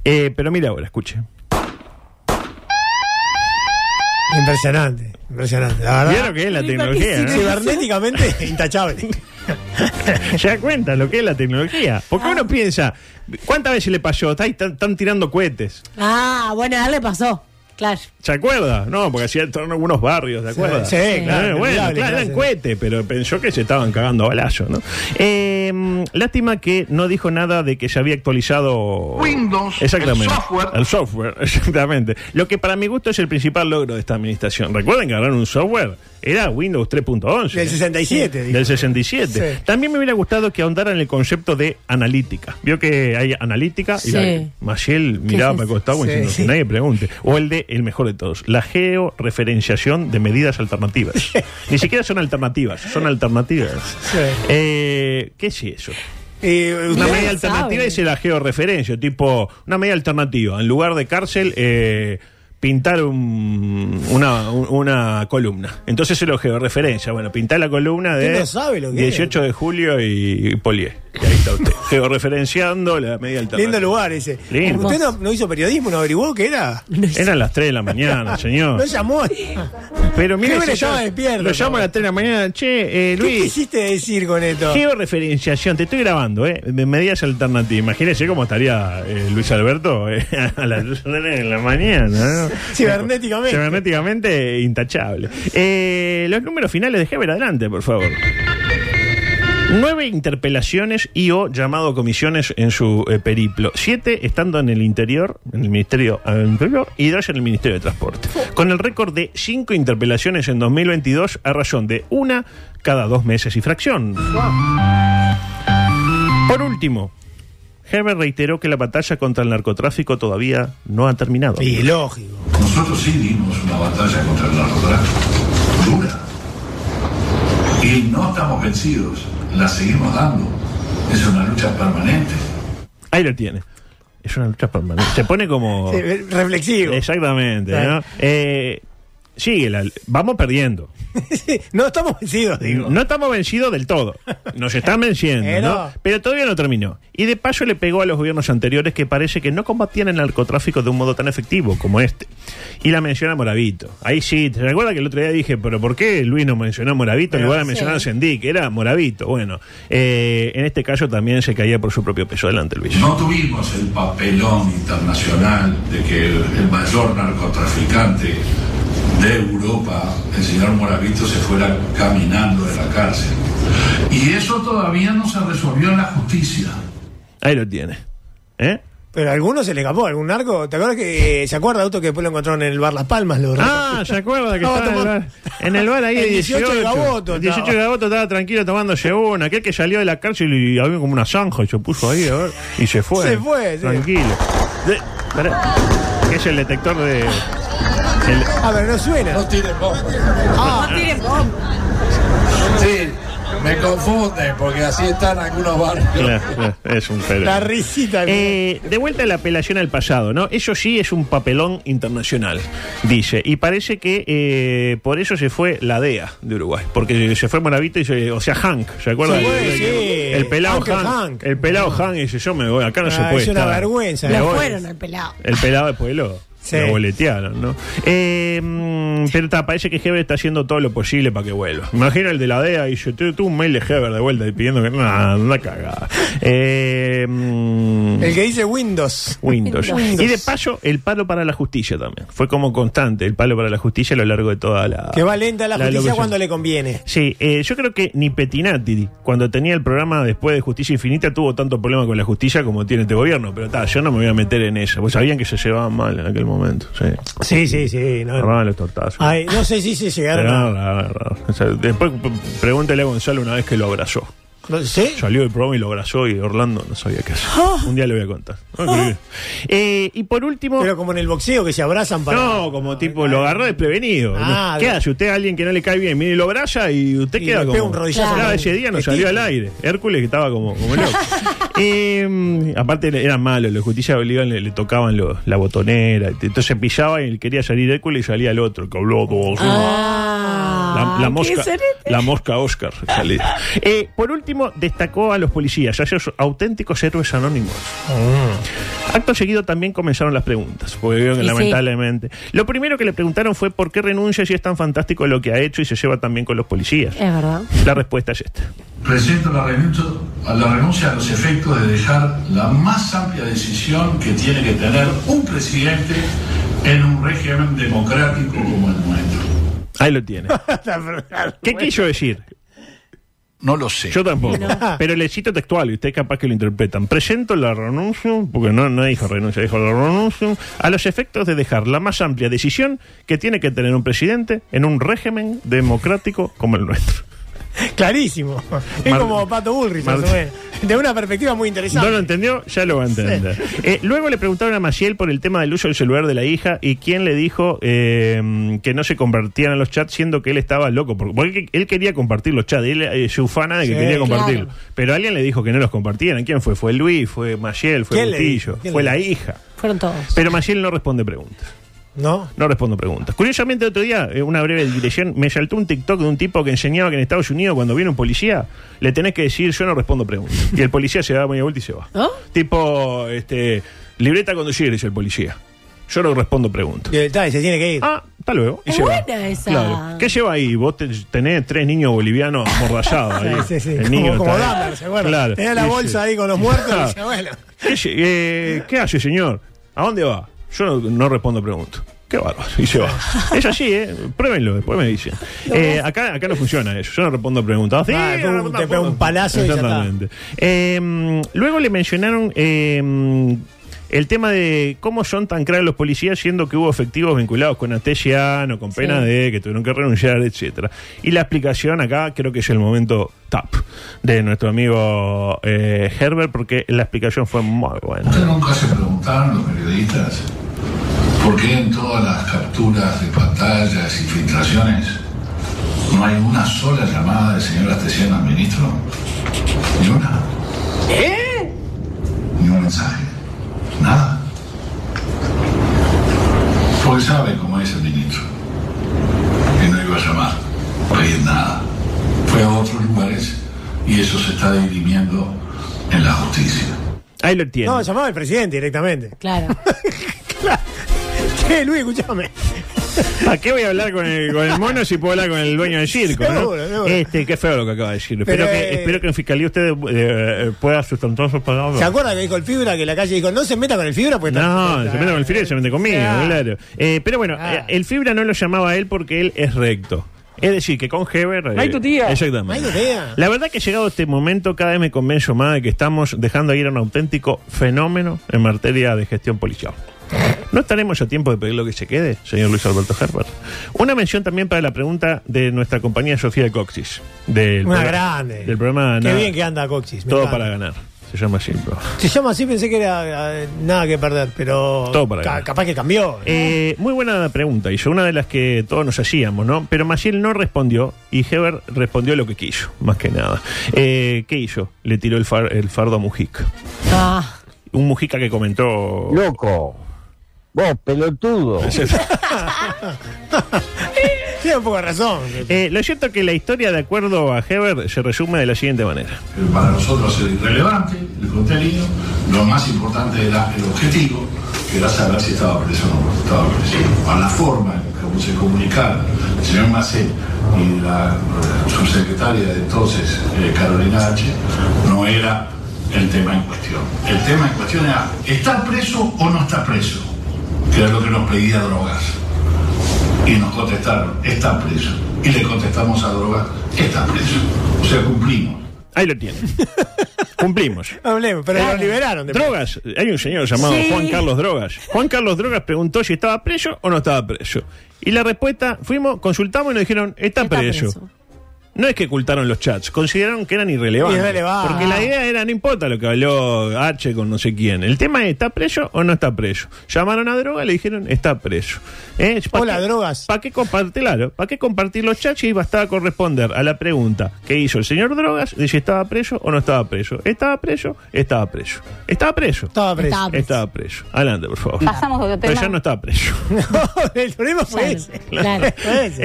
Speaker 8: Eh, pero mira ahora, escuche.
Speaker 11: Impresionante, impresionante. La verdad.
Speaker 8: Mira lo que es la tecnología. ¿no?
Speaker 11: Cibernéticamente intachable.
Speaker 8: Se da cuenta lo que es la tecnología. Porque
Speaker 11: Ah.
Speaker 8: uno piensa, ¿cuántas veces le pasó? Está ahí, Están, están tirando cohetes.
Speaker 12: Ah, bueno, a él le pasó. Claro.
Speaker 8: ¿Se acuerda? No, porque hacía en algunos barrios, ¿se acuerda? Eh,
Speaker 11: sí, claro,
Speaker 8: bueno,
Speaker 11: inolvidable,
Speaker 8: claro,
Speaker 11: claro,
Speaker 8: eran
Speaker 11: sí.
Speaker 8: cohetes, pero pensó que se estaban cagando a balazo, ¿no? Eh, lástima que no dijo nada de que se había actualizado
Speaker 13: Windows,
Speaker 8: exactamente,
Speaker 13: el software.
Speaker 8: El software, exactamente. Lo que para mi gusto es el principal logro de esta administración. Recuerden que agarraron un software, era Windows 3.11.
Speaker 11: Del 67,
Speaker 8: Sí.
Speaker 11: dijo.
Speaker 8: Del 67.
Speaker 11: Sí.
Speaker 8: También me hubiera gustado que ahondaran en el concepto de analítica. Vio que hay analítica y la-
Speaker 11: Sí.
Speaker 8: Maciel miraba para
Speaker 11: es
Speaker 8: el
Speaker 11: eso?
Speaker 8: costado como
Speaker 11: Sí,
Speaker 8: diciendo,
Speaker 11: sí.
Speaker 8: "Que nadie pregunte. O el de, el mejor de todos, la georreferenciación de medidas alternativas. Ni siquiera son alternativas, son alternativas. Eh, ¿Qué es eso? una medida
Speaker 11: usted sabe.
Speaker 8: alternativa es la georreferencia, tipo, una medida alternativa. En lugar de cárcel, eh, pintar un- una, un- una columna. Entonces se lo georreferencia. Bueno, pintar la columna de
Speaker 11: Usted no sabe lo que es.
Speaker 8: 18 de julio y, y Polié. Y ahí está usted, georreferenciando la medida alternativa.
Speaker 11: Lindo lugar ese.
Speaker 8: Lindo.
Speaker 11: ¿Usted no, no hizo periodismo? ¿No averiguó qué era?
Speaker 8: Eran las 3 de la mañana,
Speaker 11: No
Speaker 8: señor.
Speaker 11: llamó.
Speaker 8: Pero mire,
Speaker 11: Creo que
Speaker 8: señor,
Speaker 11: estaba despierto,
Speaker 8: lo llamo a
Speaker 11: ¿no?
Speaker 8: las 3 de la mañana. Che, eh,
Speaker 11: ¿Qué
Speaker 8: Luis.
Speaker 11: quisiste Este decir con esto?
Speaker 8: Georreferenciación, te estoy grabando, ¿eh? De medidas alternativas. Imagínese cómo estaría eh, Luis Alberto eh, a las 3 de la mañana. ¿no?
Speaker 11: Cibernéticamente.
Speaker 8: Cibernéticamente intachable. Eh, los números finales de Heber, adelante, por favor. Nueve interpelaciones y o llamado a comisiones en su eh, periplo. Siete estando en el interior, en el Ministerio Interior, y dos en el Ministerio de Transporte. Con el récord de cinco interpelaciones en 2022 a razón de una cada dos meses y fracción. Por último, Heber reiteró que la batalla contra el narcotráfico todavía no ha terminado.
Speaker 11: Y lógico.
Speaker 7: Nosotros sí dimos una batalla contra el narcotráfico, dura. Y no estamos vencidos, la seguimos dando. Es una lucha permanente.
Speaker 8: Ahí lo tiene. Es una lucha permanente. Se pone como...
Speaker 11: Sí, Eh, reflexivo.
Speaker 8: Exactamente. ¿no? Eh, sigue, la- vamos perdiendo.
Speaker 11: No estamos vencidos, digo. Eh,
Speaker 8: No estamos vencidos del todo. Nos están venciendo,
Speaker 11: Pero-
Speaker 8: ¿no? Pero todavía no terminó. Y de paso le pegó a los gobiernos anteriores que parece que no combatían el narcotráfico de un modo tan efectivo como este. Y la menciona Moravito. Ahí sí, ¿te acuerdas que el otro día dije, pero ¿por qué Luis no mencionó a Moravito en
Speaker 11: Pero,
Speaker 8: lugar de
Speaker 11: sí.
Speaker 8: mencionar a Sendik? Era Moravito. Bueno, eh, en este caso también se caía por su propio peso. Adelante, Luis.
Speaker 7: No tuvimos el papelón internacional de que el, el mayor narcotraficante de Europa, el señor Moravito, se fuera caminando de la cárcel. Y eso todavía no se resolvió en la justicia.
Speaker 8: Ahí lo tiene. ¿Eh?
Speaker 11: Pero a alguno se le escapó, algún narco. ¿Te acuerdas que eh, se acuerda auto que después lo encontraron en el bar Las Palmas? Lo
Speaker 8: Ah, ¿se acuerda que
Speaker 11: Estaba
Speaker 8: estaba en el bar?
Speaker 11: tomando-
Speaker 8: En el bar ahí de
Speaker 11: El
Speaker 8: 18.
Speaker 11: 18 de Gaboto
Speaker 8: el 18 de
Speaker 11: estaba.
Speaker 8: Gaboto estaba tranquilo tomándose una. Aquel que salió de la cárcel y había como una zanja y se puso ahí a ver, y se fue.
Speaker 11: Se fue, sí.
Speaker 8: Tranquilo. De- pará, que es el detector de. el-
Speaker 11: Ah, pero no suena. No tiene
Speaker 14: Ah, Sí, me confunden porque así están algunos barrios.
Speaker 8: Claro, claro, es un fenómeno.
Speaker 11: La risita.
Speaker 8: Eh, de vuelta a la apelación al pasado, ¿no? Eso sí es un papelón internacional, dice. Y parece que eh, por eso se fue la DEA de Uruguay. Porque se fue Moravito y se, o sea, Hank, ¿se acuerdan?
Speaker 11: Sí,
Speaker 8: el,
Speaker 11: sí.
Speaker 8: el pelado
Speaker 11: Uncle
Speaker 8: Hank,
Speaker 11: Hank.
Speaker 8: El pelado Hank dice, yo me voy, acá no se
Speaker 11: Ah,
Speaker 8: puede
Speaker 11: es una
Speaker 8: estar.
Speaker 11: vergüenza.
Speaker 8: Me
Speaker 11: Lo
Speaker 8: voy.
Speaker 12: Fueron al pelado.
Speaker 8: El pelado después lo,
Speaker 11: Sí.
Speaker 8: lo boletearon, ¿no? Eh, mm, pero ta, parece que Heber está haciendo todo lo posible para que vuelva. Imagina el de la DEA y yo tuve un mail de Heber de vuelta y pidiendo que nada, anda cagada. Eh, mm,
Speaker 11: El que dice Windows.
Speaker 8: Windows. Y de paso, el palo para la justicia también. Fue como constante el palo para la justicia a lo largo de toda la.
Speaker 11: Que va lenta la, justicia
Speaker 8: locución.
Speaker 11: cuando le conviene.
Speaker 8: Sí, eh, yo creo que ni Petinati, cuando tenía el programa después de Justicia Infinita, tuvo tanto problema con la justicia como tiene este gobierno. Pero está, yo no me voy a meter en eso. Pues sabían que se llevaban mal en aquel momento. Sí,
Speaker 11: sí, sí. sí no.
Speaker 8: Armaban los tortazos.
Speaker 11: Ay, no sé si se llegaron
Speaker 8: Pero
Speaker 11: a...
Speaker 8: no, la- la- o sea, después p- pregúntele a Gonzalo una vez que lo abrazó.
Speaker 11: No, ¿Sí?
Speaker 8: Salió del programa y lo abrazó y Orlando no sabía qué hacer. Un día le voy a contar. No, increíble. Ah. Eh, y por último...
Speaker 11: Pero como en el boxeo que se abrazan para...
Speaker 8: No, como tipo, lo agarró desprevenido.
Speaker 11: Ah,
Speaker 8: ¿Qué
Speaker 11: bien.
Speaker 8: hace? Usted a alguien que no le cae bien, mire, lo abraza y usted
Speaker 11: Y
Speaker 8: queda
Speaker 11: le
Speaker 8: como.
Speaker 11: pega un rodillazo.
Speaker 8: Claro, ese día no
Speaker 11: Te
Speaker 8: salió
Speaker 11: tira.
Speaker 8: al aire. Hércules que estaba como, como loco. Eh, aparte era malo, los justicia de Bolívar le, le tocaban los- la botonera. Entonces pillaba y él quería salir Hércules y salía el otro, que habló dos. La, la mosca, la mosca Oscar. salía. Eh, por último, destacó a los policías, a esos auténticos héroes anónimos. Acto seguido también comenzaron las preguntas, porque veo que
Speaker 13: Mm. Y sí.
Speaker 8: lamentablemente. Lo primero que le preguntaron fue por qué renuncia si es tan fantástico lo que ha hecho y se lleva también con los policías.
Speaker 12: Es verdad.
Speaker 8: La respuesta es esta.
Speaker 15: presento la renuncia, la renuncia a los efectos de dejar la más amplia decisión que tiene que tener un presidente en un régimen democrático como el nuestro.
Speaker 8: Ahí lo tiene. ¿Qué quiso decir?
Speaker 13: No lo sé.
Speaker 8: Yo tampoco. Pero le cito textual y ustedes capaz que lo interpretan. Presento la renuncia, porque no, no dijo renuncia, dijo la renuncia, a los efectos de dejar la más amplia decisión que tiene que tener un presidente en un régimen democrático como el nuestro.
Speaker 11: Clarísimo. Es
Speaker 8: Mar-
Speaker 11: como Pato Bullrich, más o
Speaker 8: Mar-
Speaker 11: menos. De una perspectiva muy interesante.
Speaker 8: No lo entendió, ya lo va a entender. Eh, luego le preguntaron a Maciel por el tema del uso del celular de la hija y quién le dijo eh, que no se convertían en los chats, siendo que él estaba loco. por- Porque él quería compartir los chats, él eh, se ufana de que
Speaker 11: Sí,
Speaker 8: quería
Speaker 11: claro.
Speaker 8: compartirlo. Pero alguien le dijo que no los compartieran. ¿Quién fue? ¿Fue Luis? ¿Fue Maciel? ¿Fue
Speaker 11: ¿Quién le
Speaker 8: Bustillo?
Speaker 11: dijo? ¿Quién
Speaker 8: ¿Fue
Speaker 11: le
Speaker 8: la
Speaker 11: dijo?
Speaker 8: hija?
Speaker 12: Fueron todos.
Speaker 8: Pero Maciel no responde preguntas.
Speaker 11: ¿No?
Speaker 8: No respondo preguntas. Curiosamente, otro día, eh, una breve dirección, me saltó un TikTok de un tipo que enseñaba que en Estados Unidos, cuando viene un policía, le tenés que decir, yo no respondo preguntas. Y el policía se da media vuelta y se va.
Speaker 12: ¿Ah?
Speaker 8: Tipo, este, libreta a conducir, dice el policía. Yo no respondo preguntas.
Speaker 11: Y el tal, se tiene que ir.
Speaker 8: Ah, hasta luego. Y
Speaker 12: Es
Speaker 8: se va.
Speaker 12: buena esa.
Speaker 8: Claro. ¿Qué lleva ahí? Vos te- tenés tres niños bolivianos amordallados ahí.
Speaker 11: Sí, sí, sí.
Speaker 8: El
Speaker 11: Como-
Speaker 8: niño
Speaker 11: como
Speaker 8: está ahí.
Speaker 11: Dahmer, ¿se acuerdan?
Speaker 8: Claro.
Speaker 11: Tenía la
Speaker 8: Sí,
Speaker 11: bolsa
Speaker 8: sí.
Speaker 11: ahí con los muertos.
Speaker 8: Claro.
Speaker 11: y decía, bueno.
Speaker 8: ¿Qué, lle- eh, qué hace, señor? ¿A dónde va? Yo no, no respondo preguntas. Qué bárbaro. Y se va. Es así, ¿eh? Pruébenlo, después me dicen. Eh, acá, acá no funciona eso. Yo no respondo preguntas. Sí, no
Speaker 11: Ah, tú
Speaker 8: respondo
Speaker 11: te pega un
Speaker 8: preguntas.
Speaker 11: palazo y ya está.
Speaker 8: Exactamente. Eh, luego le mencionaron eh, el tema de cómo son tan claros los policías, siendo que hubo efectivos vinculados con anestesiano, con pena
Speaker 13: Sí.
Speaker 8: de que tuvieron que renunciar, etcétera. Y la explicación acá creo que es el momento tap de nuestro amigo eh, Herbert, porque la explicación fue muy buena.
Speaker 15: Ustedes nunca se preguntaron, los periodistas, por qué en todas las capturas de pantallas y filtraciones no hay una sola llamada del señor Astesiano al ministro. Ni una. ¿Eh? Ni un mensaje. Nada. Porque sabe cómo es el ministro. Que no iba a llamar. Oye, nada. Fue a otros lugares y eso se está dirimiendo en la justicia.
Speaker 8: Ahí lo entiendo.
Speaker 11: No, llamaba al presidente directamente.
Speaker 12: Claro.
Speaker 11: Che, Luis, escúchame.
Speaker 8: ¿A qué voy a hablar con el, con el mono si puedo hablar con el dueño del circo? ¿no?
Speaker 11: Seguro, seguro.
Speaker 8: Este, qué feo lo que acaba de decir.
Speaker 11: Pero,
Speaker 8: espero, que,
Speaker 11: eh,
Speaker 8: espero que en fiscalía usted eh, eh, pueda sustentar sus palabras.
Speaker 11: ¿Se acuerda que dijo el Fibra que la calle dijo, no se meta con el Fibra? Pues
Speaker 8: No, se mete con el fibra y se mete conmigo,
Speaker 11: Ah.
Speaker 8: claro. Eh, pero bueno, eh, el fibra no lo llamaba a él porque él es recto. Es decir, que con Heber. eh,
Speaker 11: No hay tu tía. No hay
Speaker 8: Exactamente.
Speaker 11: tu tía.
Speaker 8: La verdad que llegado este momento, cada vez me convenzo más de que estamos dejando ir a un auténtico fenómeno en materia de gestión policial. ¿No estaremos a tiempo de pedir lo que se quede, señor Luis Alberto Herbert? Una mención también para la pregunta de nuestra compañía Sofía Coxis. Del
Speaker 11: Una
Speaker 8: programa-
Speaker 11: grande.
Speaker 8: Del programa
Speaker 11: Qué
Speaker 8: Nada-
Speaker 11: bien que anda Coxis. me
Speaker 8: Todo
Speaker 11: encanta.
Speaker 8: para ganar. Se llama así. el programa.
Speaker 11: Se llama así, pensé que era eh, nada que perder, pero
Speaker 8: Todo para ganar.
Speaker 11: capaz que cambió.
Speaker 8: Eh, muy buena pregunta, hizo una de las que todos nos hacíamos, ¿no? Pero Maciel no respondió y Heber respondió lo que quiso, más que nada. Eh, ¿Qué hizo? Le tiró el, far- el fardo a Mujica.
Speaker 12: Ah,
Speaker 8: Un Mujica que comentó...
Speaker 16: Loco. Vos, pelotudo.
Speaker 11: Tiene un poco de razón.
Speaker 8: Eh, lo cierto es que la historia, de acuerdo a Heber, se resume de la siguiente manera.
Speaker 15: para nosotros es irrelevante el contenido, lo más importante era el objetivo, que era saber si estaba preso o no estaba preso. A la forma en cómo se comunicaron el señor Macé y la eh, subsecretaria de entonces, eh, Carolina H., no era el tema en cuestión. El tema en cuestión era, ¿está preso o no está preso? Que era lo que nos pedía drogas. Y nos contestaron, está preso. Y le contestamos a drogas, está preso. O sea, cumplimos.
Speaker 8: Ahí lo tiene. Cumplimos.
Speaker 11: Hablemos, pero lo liberaron. después.
Speaker 8: Drogas. Hay un señor llamado
Speaker 11: Sí.
Speaker 8: Juan Carlos Drogas. Juan Carlos Drogas preguntó si estaba preso o no estaba preso. Y la respuesta, fuimos, consultamos y nos dijeron, está, preso. No es que ocultaron los chats, consideraron que eran irrelevantes.
Speaker 11: Irrelevante.
Speaker 8: Porque la idea era, no importa lo que habló H con no sé quién. El tema es, ¿está preso o no está preso? Llamaron a droga y le dijeron, está preso. ¿Eh?
Speaker 11: Hola,
Speaker 8: drogas. ¿Para qué compartir, claro, ¿para qué compartir los chats y bastaba con responder a la pregunta que hizo el señor Drogas de si estaba preso o no estaba preso? ¿Estaba preso? Estaba preso. ¿Estaba preso? Estaba
Speaker 11: preso.
Speaker 8: Estaba
Speaker 11: Estaba
Speaker 8: preso.
Speaker 11: preso.
Speaker 8: Adelante, por favor.
Speaker 11: Pasamos a otro
Speaker 8: Pero
Speaker 11: tema.
Speaker 8: ya no estaba preso.
Speaker 11: el problema fue ese.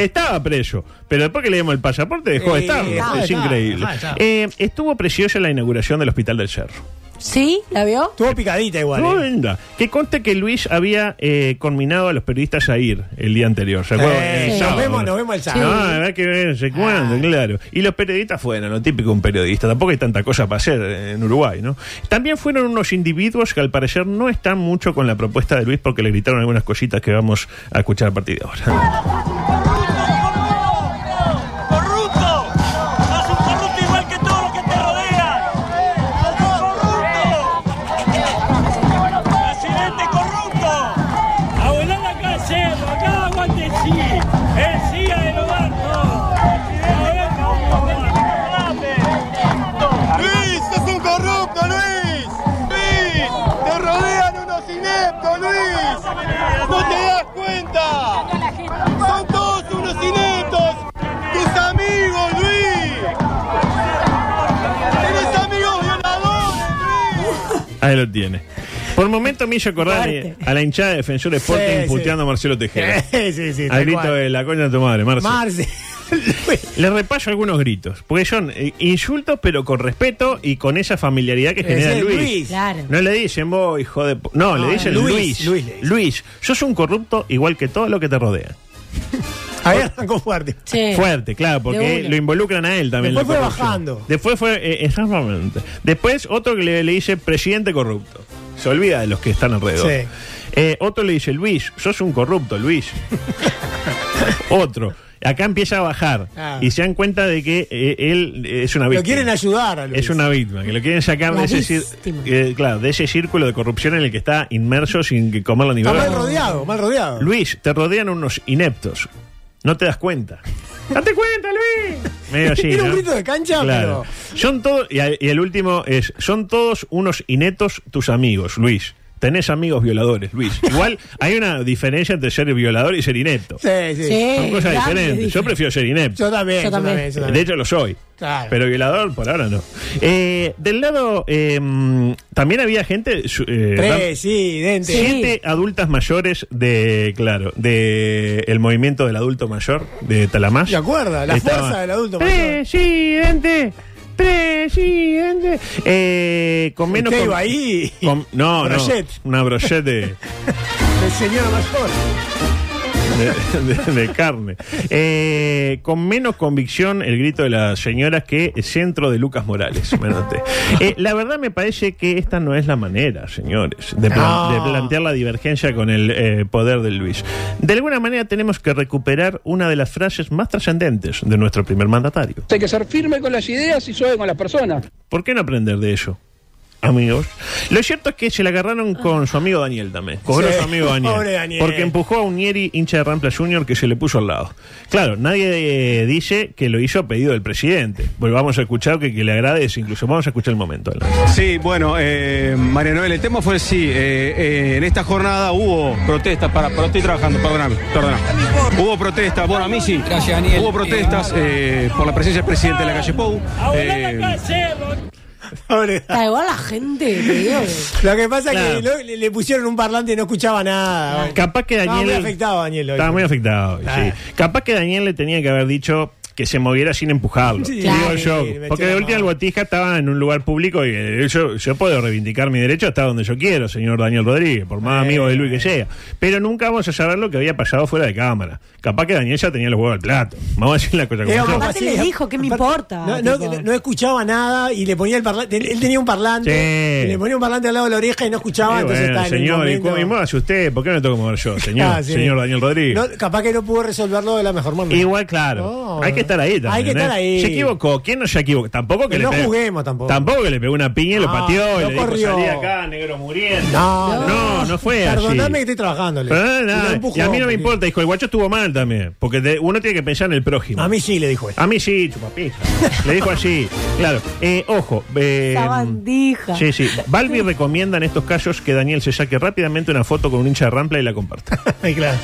Speaker 8: Estaba preso, pero después que le dimos el pasaporte dejó de
Speaker 11: Eh,
Speaker 8: estar.
Speaker 11: estaba,
Speaker 8: es
Speaker 11: estaba,
Speaker 8: increíble.
Speaker 11: estaba, estaba.
Speaker 8: Eh, estuvo preciosa la inauguración del Hospital del Cerro.
Speaker 12: ¿Sí? ¿La vio?
Speaker 11: Estuvo picadita igual.
Speaker 8: No,
Speaker 11: eh.
Speaker 8: venga. Que conste que Luis había eh, conminado a los periodistas a ir el día anterior. ¿Se acuerdan?
Speaker 11: Eh,
Speaker 8: El
Speaker 11: nos
Speaker 8: sábado.
Speaker 11: vemos- nos vemos el sábado.
Speaker 8: No, habrá Ah, que ver, sé
Speaker 11: Ah.
Speaker 8: cuándo, claro. Y los periodistas fueron, lo típico de un periodista. Tampoco hay tanta cosa para hacer en Uruguay, ¿no? También fueron unos individuos que al parecer no están mucho con la propuesta de Luis porque le gritaron algunas cositas que vamos a escuchar a partir de ahora.
Speaker 17: ¡Corrupto! ¡Sos un corrupto igual que todos los que te rodean! ¡Sos un corrupto! ¡Presidente corrupto! ¡Abuelá acá cerro! ¡Acá aguante el sí! ¡El sí a del hogar! ¡No!
Speaker 10: ¡Luis, sos un corrupto, Luis! ¡Luis! ¡Te rodean unos ineptos, Luis! ¡No te das cuenta! ¡Son todos unos ineptos! ¡Tus amigos, Luis! ¡Tienes amigos violadores, Luis!
Speaker 8: Ahí lo tiene. Por momento me hizo acordar eh,
Speaker 11: Fuerte.
Speaker 8: a la hinchada de Defensor Sporting
Speaker 11: Sí, sí.
Speaker 8: puteando a Marcelo Tejera.
Speaker 11: Sí, sí, sí,
Speaker 8: Al
Speaker 11: tal
Speaker 8: grito
Speaker 11: cual.
Speaker 8: de la coña de tu madre, Marce.
Speaker 11: Marce.
Speaker 8: Le repaso algunos gritos, porque son eh, insultos, pero con respeto y con esa familiaridad que
Speaker 11: Es
Speaker 8: genera
Speaker 11: el
Speaker 8: Luis.
Speaker 11: Luis. Claro.
Speaker 8: No le dicen vos, hijo de. pu- No,
Speaker 11: No,
Speaker 8: le dicen
Speaker 11: Luis,
Speaker 8: Luis.
Speaker 11: Luis
Speaker 8: Luis,
Speaker 11: le dicen.
Speaker 8: sos un corrupto igual que todo lo que te rodea.
Speaker 11: Ahí arrancó fuerte.
Speaker 8: Fuerte, claro,
Speaker 11: Eh, De
Speaker 8: porque
Speaker 11: una.
Speaker 8: lo involucran a él también.
Speaker 11: Después
Speaker 8: la
Speaker 11: fue
Speaker 8: corrupción.
Speaker 11: bajando.
Speaker 8: Después fue, eh, exactamente. Después otro que le, le dice presidente corrupto. Se olvida de los que están alrededor.
Speaker 11: Sí.
Speaker 8: Eh, otro le dice, Luis, sos un corrupto, Luis. otro. Acá empieza a bajar
Speaker 11: Ah.
Speaker 8: y se dan cuenta de que eh, él eh, es una
Speaker 11: Lo
Speaker 8: víctima.
Speaker 11: quieren ayudar a Luis.
Speaker 8: Es una víctima, que lo quieren sacar
Speaker 11: La
Speaker 8: de ese, cir-
Speaker 11: víctima.
Speaker 8: eh, claro, de ese círculo de corrupción en el que está inmerso sin que comerlo ni
Speaker 11: Está mal
Speaker 8: beberlo.
Speaker 11: rodeado, mal rodeado.
Speaker 8: Luis, te rodean unos ineptos. No te das cuenta. ¡Date cuenta, Luis! Medio así,
Speaker 11: Era un
Speaker 8: ¿no?
Speaker 11: grito de cancha,
Speaker 8: Claro. Son todos, y, a- y el último es, son todos unos inetos tus amigos, Luis. Tenés amigos violadores, Luis. Igual hay una diferencia entre ser violador y ser inepto.
Speaker 11: pero. Sí, sí.
Speaker 8: Son cosas diferentes. Yo prefiero ser inepto.
Speaker 11: Yo también, yo también, yo
Speaker 8: De
Speaker 11: también.
Speaker 8: hecho, lo soy.
Speaker 11: Ah. Claro.
Speaker 8: Pero violador, por ahora no. Eh, del lado, eh, también había gente. su- eh,
Speaker 11: Presidente.
Speaker 8: Siete adultas mayores de, claro, de el movimiento del adulto mayor de Talamás.
Speaker 11: ¿Te acuerdas? La
Speaker 8: Estaba-
Speaker 11: fuerza del adulto mayor.
Speaker 8: Presidente, presidente. Eh, con menos.
Speaker 11: Usted
Speaker 8: con-
Speaker 11: iba ahí.
Speaker 8: con- no,
Speaker 11: Brochet.
Speaker 8: no. Una brochette de,
Speaker 11: El señor mayor.
Speaker 8: de- de- de carne. Eh, con menos convicción el grito de las señoras que el centro de Lucas Morales. menote. Eh, la verdad me parece que esta no es la manera, señores, de, plan-
Speaker 11: No.
Speaker 8: de plantear la divergencia con el eh, poder de Luis. De alguna manera tenemos que recuperar una de las frases más trascendentes de nuestro primer mandatario.
Speaker 9: Hay que ser firme con las ideas y suave con las personas.
Speaker 8: ¿Por qué no aprender de eso? Amigos. Lo cierto es que se la agarraron con su amigo Daniel también. Con
Speaker 11: Ah. Sí,
Speaker 8: su amigo Daniel.
Speaker 11: pobre Daniel.
Speaker 8: Porque empujó a un Nieri hincha de Rampla Junior que se le puso al lado. Claro, nadie eh, dice que lo hizo a pedido del presidente. Volvamos a escuchar que, que le agradece. Incluso vamos a escuchar el momento.
Speaker 18: Sí, bueno, eh, María Noel, el tema fue sí. eh, eh, en esta jornada hubo protestas para, para estoy trabajando, perdóname, perdóname. Hubo protestas, bueno, a mí sí. Hubo protestas eh, por la presencia del presidente de la calle Pou. eh,
Speaker 11: Pobre.
Speaker 12: Está Ah, igual la gente, te digo.
Speaker 11: Lo que pasa es
Speaker 8: Claro.
Speaker 11: que lo- le, le pusieron un parlante y no escuchaba nada.
Speaker 8: Capaz que
Speaker 11: Estaba
Speaker 8: Daniel.
Speaker 11: muy afectado, Daniel. hoy.
Speaker 8: Estaba muy afectado,
Speaker 11: Ah.
Speaker 8: sí. Capaz que Daniel le tenía que haber dicho que se moviera sin empujarlo.
Speaker 11: Sí,
Speaker 8: Digo
Speaker 11: claro,
Speaker 8: yo.
Speaker 11: sí, me
Speaker 8: Porque
Speaker 11: eché
Speaker 8: de
Speaker 11: la
Speaker 8: última el Botija estaba en un lugar público y eh, yo, yo puedo reivindicar mi derecho hasta donde yo quiero, señor Daniel Rodríguez, por
Speaker 11: Eh.
Speaker 8: más amigo de Luis que sea. Pero nunca vamos a saber lo que había pasado fuera de cámara. Capaz que Daniel ya tenía los huevos al plato. Vamos a decir la cosa como
Speaker 11: Digamos,
Speaker 8: son.
Speaker 12: Aparte
Speaker 11: así,
Speaker 12: le
Speaker 11: a-
Speaker 12: dijo, ¿qué me
Speaker 11: aparte-
Speaker 12: importa?
Speaker 11: No, no,
Speaker 12: Tipo.
Speaker 11: no- no escuchaba nada y le ponía el parlante. Él tenía un parlante.
Speaker 8: Sí.
Speaker 11: y Le ponía un parlante al lado de la oreja y no escuchaba.
Speaker 8: Y
Speaker 11: entonces
Speaker 8: bueno,
Speaker 11: estaba en el
Speaker 8: señor, ¿y
Speaker 11: momento-
Speaker 8: cómo- y móvase usted? ¿Por qué me tengo que mover yo, señor?
Speaker 11: Ah, sí.
Speaker 8: Señor Daniel Rodríguez.
Speaker 11: No, capaz que no pudo resolverlo de la mejor manera.
Speaker 8: Igual, claro.
Speaker 11: No,
Speaker 8: Hay que estar ahí también.
Speaker 11: Hay que
Speaker 8: ¿eh?
Speaker 11: estar ahí.
Speaker 8: Se equivocó. ¿Quién no se equivocó? Tampoco que
Speaker 11: No
Speaker 8: le pegue-
Speaker 11: juguemos tampoco.
Speaker 8: Tampoco que le pegó una piña y lo
Speaker 11: No,
Speaker 8: pateó y
Speaker 11: no
Speaker 8: le dijo,
Speaker 11: corrió.
Speaker 8: "Salí de acá, negro muriendo.
Speaker 11: No,
Speaker 8: no, no, fue así.
Speaker 11: Perdóname que estoy trabajando. le
Speaker 8: Pero
Speaker 11: dijo.
Speaker 8: nada,
Speaker 11: Y lo
Speaker 8: nada,
Speaker 11: empujó,
Speaker 8: y a mí no me
Speaker 11: porque-
Speaker 8: importa, dijo, el guacho estuvo mal también, porque de- uno tiene que pensar en el prójimo.
Speaker 11: A mí sí, le dijo él.
Speaker 8: A mí sí, chupapija. Le dijo así, claro. Eh, ojo, eh,
Speaker 12: La bandija.
Speaker 8: sí, sí. Balbi recomienda en estos casos que Daniel se saque rápidamente una foto con un hincha de Rampla y la comparta.
Speaker 11: Ay, claro.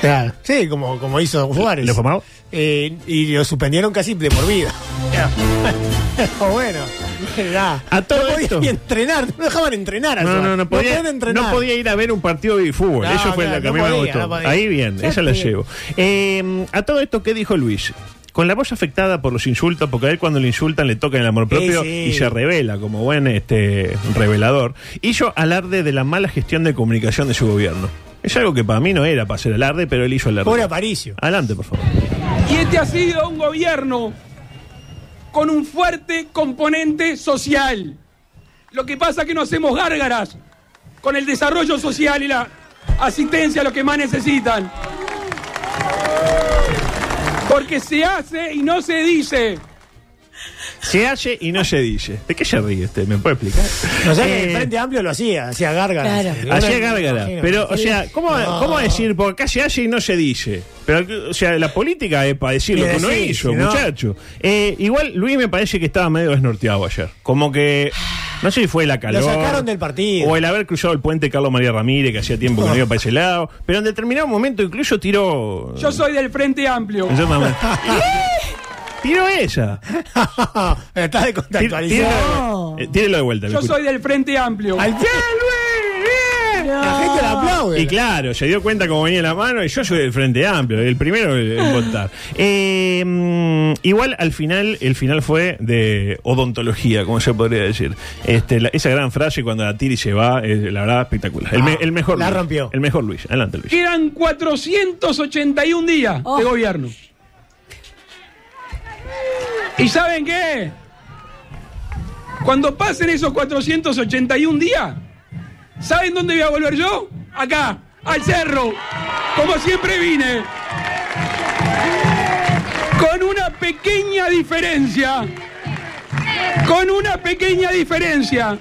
Speaker 11: Claro. Sí, como, como hizo Juárez.
Speaker 8: ¿Lo fumado?
Speaker 11: Eh, y lo suspendieron casi de por vida. Pero bueno, ya.
Speaker 8: A todo
Speaker 11: no podía
Speaker 8: esto.
Speaker 11: ni entrenar, no dejaban entrenar a
Speaker 8: No,
Speaker 11: Suárez.
Speaker 8: no, no podía,
Speaker 11: podían entrenar.
Speaker 8: no podía ir a ver un partido de fútbol.
Speaker 11: No,
Speaker 8: Eso fue
Speaker 11: claro,
Speaker 8: lo que a
Speaker 11: no
Speaker 8: mí me
Speaker 11: podía,
Speaker 8: gustó.
Speaker 11: no podía.
Speaker 8: Ahí bien,
Speaker 11: Ya
Speaker 8: esa la
Speaker 11: te-
Speaker 8: llevo. Eh, a todo esto, ¿qué dijo Luis? Con la voz afectada por los insultos, porque a él cuando le insultan le toca el amor propio
Speaker 11: sí.
Speaker 8: y se revela como buen este revelador, hizo alarde de la mala gestión de comunicación de su gobierno. Es algo que para mí no era para hacer alarde, pero él hizo alarde.
Speaker 11: Pobre Aparicio.
Speaker 8: Adelante, por favor.
Speaker 19: Y este ha sido un gobierno con un fuerte componente social. Lo que pasa es que no hacemos gárgaras con el desarrollo social y la asistencia a los que más necesitan. Porque se hace y no se dice.
Speaker 8: Se hace y no se dice. ¿De qué se ríe este? ¿Me puede explicar?
Speaker 11: No sé, que el
Speaker 8: Eh,
Speaker 11: Frente Amplio lo hacía, hacía gárgaras.
Speaker 8: Claro. Hacía gárgara. Pero, o sea, ¿cómo,
Speaker 11: No.
Speaker 8: cómo decir? Porque acá se hace y no se dice. Pero, o sea, la política es para decir lo
Speaker 11: Y
Speaker 8: que uno
Speaker 11: decís,
Speaker 8: hizo,
Speaker 11: ¿no?
Speaker 8: muchacho. Eh, igual, Luis me parece que estaba medio desnorteado ayer. Como que. No sé si fue la calor.
Speaker 11: Lo sacaron del partido.
Speaker 8: O el haber cruzado el puente Carlos María Ramírez, que hacía tiempo que no iba para ese lado. Pero en determinado momento incluso tiró.
Speaker 19: Yo soy del Frente Amplio.
Speaker 8: Yo mamá. Tiró ella.
Speaker 11: Está de
Speaker 8: Tírelo- eh, tírelo de vuelta.
Speaker 19: Yo
Speaker 8: escucho.
Speaker 19: soy del Frente Amplio.
Speaker 11: ¡Al La gente la aplaude.
Speaker 8: Y claro, se dio cuenta como venía la mano y yo soy del Frente Amplio, el primero en en votar. Eh, mm, igual al final, el final fue de odontología, como se podría decir. Este, la- esa gran frase cuando la tira y se va, eh, la verdad, espectacular. El, me-
Speaker 11: Ah,
Speaker 8: el mejor
Speaker 11: la
Speaker 8: Luis.
Speaker 11: rompió.
Speaker 8: El mejor Luis. Adelante, Luis.
Speaker 19: Quedan 481 días de gobierno. ¿Y saben qué? Cuando pasen esos 481 días, ¿saben dónde voy a volver yo? Acá, al cerro, como siempre vine. Con una pequeña diferencia. Con una pequeña diferencia.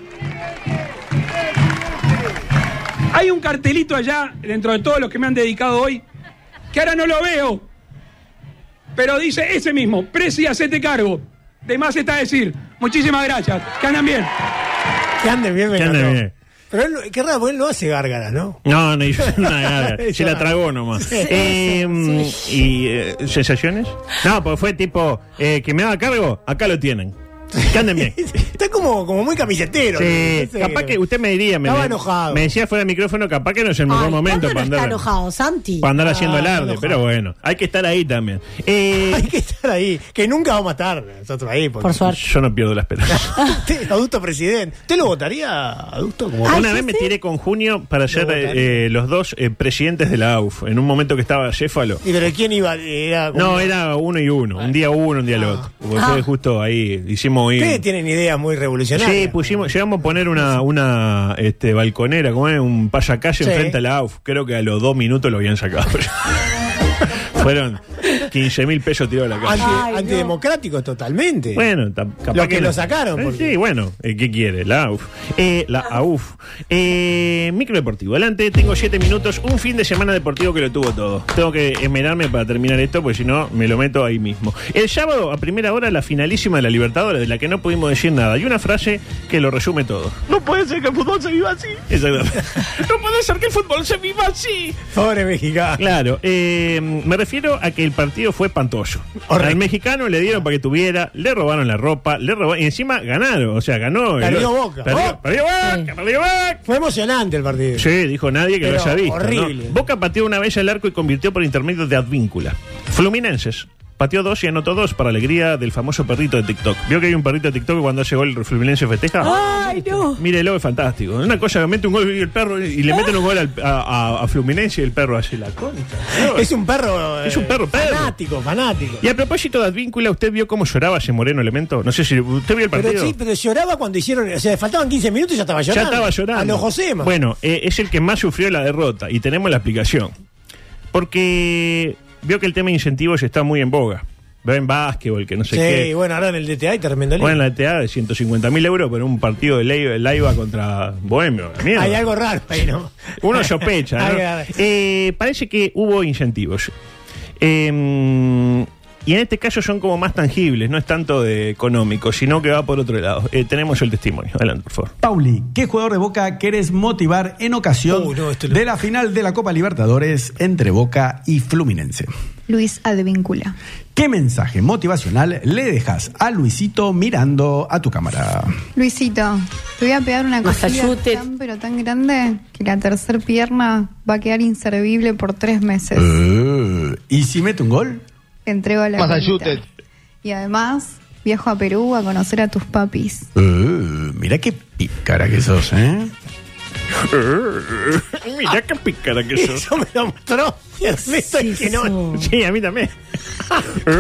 Speaker 19: Hay un cartelito allá, dentro de todos los que me han dedicado hoy, que ahora no lo veo, pero dice ese mismo, Preci, hacete cargo. De más está decir, muchísimas gracias, que andan bien.
Speaker 11: Que anden bien, me
Speaker 8: Que anden
Speaker 11: encantó.
Speaker 8: bien.
Speaker 11: Pero él, no- qué raro, porque él no hace gárgaras, ¿no?
Speaker 8: No, no hizo una gárgara. Se la tragó nomás.
Speaker 11: Sí,
Speaker 8: Eh, mm, ¿Y eh, sensaciones? No, porque fue tipo, eh, que me haga cargo, acá lo tienen. Que anden bien.
Speaker 11: Está como, como muy camisetero.
Speaker 8: Sí,
Speaker 11: No sé.
Speaker 8: capaz que usted me diría, me,
Speaker 11: Estaba
Speaker 8: me-
Speaker 11: enojado.
Speaker 8: me decía fuera del micrófono, capaz que no es el mejor momento para andar,
Speaker 12: enojado, Santi.
Speaker 8: para andar haciendo alarde,
Speaker 11: enojado.
Speaker 8: pero bueno, hay que estar ahí también. Eh,
Speaker 11: Hay que estar ahí, que nunca vamos a estar nosotros ahí. porque-
Speaker 8: Yo no pierdo la esperanza.
Speaker 11: Usted, adusto presidente. ¿Usted lo votaría, adusto? Como
Speaker 8: Una vez me tiré con Junio para ser
Speaker 11: votaría.
Speaker 8: eh, los dos eh, presidentes de la AUF, en un momento que estaba Céfalo.
Speaker 11: ¿Y pero quién iba? Era como-
Speaker 8: No, era uno y uno, un día uno, un día el otro. Porque
Speaker 11: Ah.
Speaker 8: fue justo ahí hicimos... ahí-
Speaker 11: Ustedes tienen ideas muy revolucionarias.
Speaker 8: Sí, pusimos, llegamos a poner una, una este, balconera, como es, un payacalle
Speaker 11: Sí.
Speaker 8: enfrente a la AUF. Creo que a los dos minutos lo habían sacado. Fueron 15 mil pesos tirados a la
Speaker 11: Anti-
Speaker 8: calle.
Speaker 11: antidemocráticos totalmente.
Speaker 8: Bueno, tam- capaz
Speaker 11: Los que
Speaker 8: no.
Speaker 11: lo sacaron,
Speaker 8: Eh,
Speaker 11: porque-
Speaker 8: Sí, bueno, eh, ¿qué quiere? La AUF. Eh, la AUF. Eh, micro deportivo. Adelante, tengo 7 minutos. Un fin de semana deportivo que lo tuvo todo. Tengo que esmerarme para terminar esto, porque si no, me lo meto ahí mismo. El sábado, a primera hora, la finalísima de la Libertadores, de la que no pudimos decir nada. Y una frase que lo resume todo.
Speaker 9: No puede ser que el fútbol se viva así.
Speaker 8: Exactamente.
Speaker 9: No puede ser que el fútbol se viva así.
Speaker 11: Pobre mexicano.
Speaker 8: Claro, eh, me refiero a que el partido fue pantoso. Al mexicano le dieron para que tuviera, le robaron la ropa, le robaron, y encima ganaron, o sea, ganó. el-
Speaker 11: Perdió Boca.
Speaker 8: Perdió,
Speaker 11: Oh.
Speaker 8: perdió Boca, perdió Boca.
Speaker 11: Fue emocionante el partido.
Speaker 8: Sí, dijo nadie que
Speaker 11: Pero
Speaker 8: lo haya visto. ¿no?
Speaker 11: horrible.
Speaker 8: Boca pateó una vez al arco y convirtió por intermedio de Advíncula. Fluminenses. Pateó dos y anotó dos para alegría del famoso perrito de TikTok. ¿Vio que hay un perrito de TikTok que cuando hace gol el Fluminense festeja?
Speaker 12: Ay, no.
Speaker 8: Mírelo, es fantástico. Una cosa que mete un gol y el perro y le meten un gol al- a, a- a Fluminense y el perro hace la cónica.
Speaker 11: Es un perro. eh,
Speaker 8: Es un perro, perro.
Speaker 11: Fanático, fanático.
Speaker 8: Y a propósito de Advíncula, ¿usted vio cómo lloraba ese moreno elemento? No sé si usted vio el partido.
Speaker 11: Pero sí, pero lloraba cuando hicieron. O sea, faltaban 15 minutos y ya estaba
Speaker 8: ya
Speaker 11: llorando.
Speaker 8: estaba llorando.
Speaker 11: A los Josema.
Speaker 8: Bueno, eh, es el que más sufrió la derrota y tenemos la explicación. Porque vio que el tema de incentivos está muy en boga. va en básquetbol, que no sé
Speaker 11: Sí,
Speaker 8: qué.
Speaker 11: bueno, ahora en el DTA hay tremendo lío.
Speaker 8: Bueno, la ETA de 150 mil euros por un partido de Lei- Laiva contra Bohemio. la mierda.
Speaker 11: Hay algo raro ahí, ¿no?
Speaker 8: Uno sospecha, ¿no?
Speaker 11: Hay algo-
Speaker 8: Eh, parece que hubo incentivos. Eh, y en este caso son como más tangibles, no es tanto de económico, sino que va por otro lado. Eh, tenemos el testimonio. Adelante, por favor.
Speaker 20: Pauli, ¿qué jugador de Boca querés motivar en ocasión de la final de la Copa Libertadores entre Boca y Fluminense?
Speaker 21: Luis Advíncula.
Speaker 20: ¿Qué mensaje motivacional le dejas a Luisito mirando a tu cámara?
Speaker 21: Luisito, te voy a pegar una cosa tan pero tan grande que la tercer pierna va a quedar inservible por tres meses.
Speaker 11: Mm.
Speaker 20: Eh, ¿Y si mete un gol?
Speaker 21: Te entrego la
Speaker 20: Massachusetts.
Speaker 21: cuenta. Y además, viajo a Perú a conocer a tus papis.
Speaker 20: Eh, mira qué pícara que sos, ¿eh?
Speaker 8: Mira qué pícara que sos.
Speaker 11: Eso me lo mostró. Y el resto es que no.
Speaker 8: Sí, a mí también. Eh.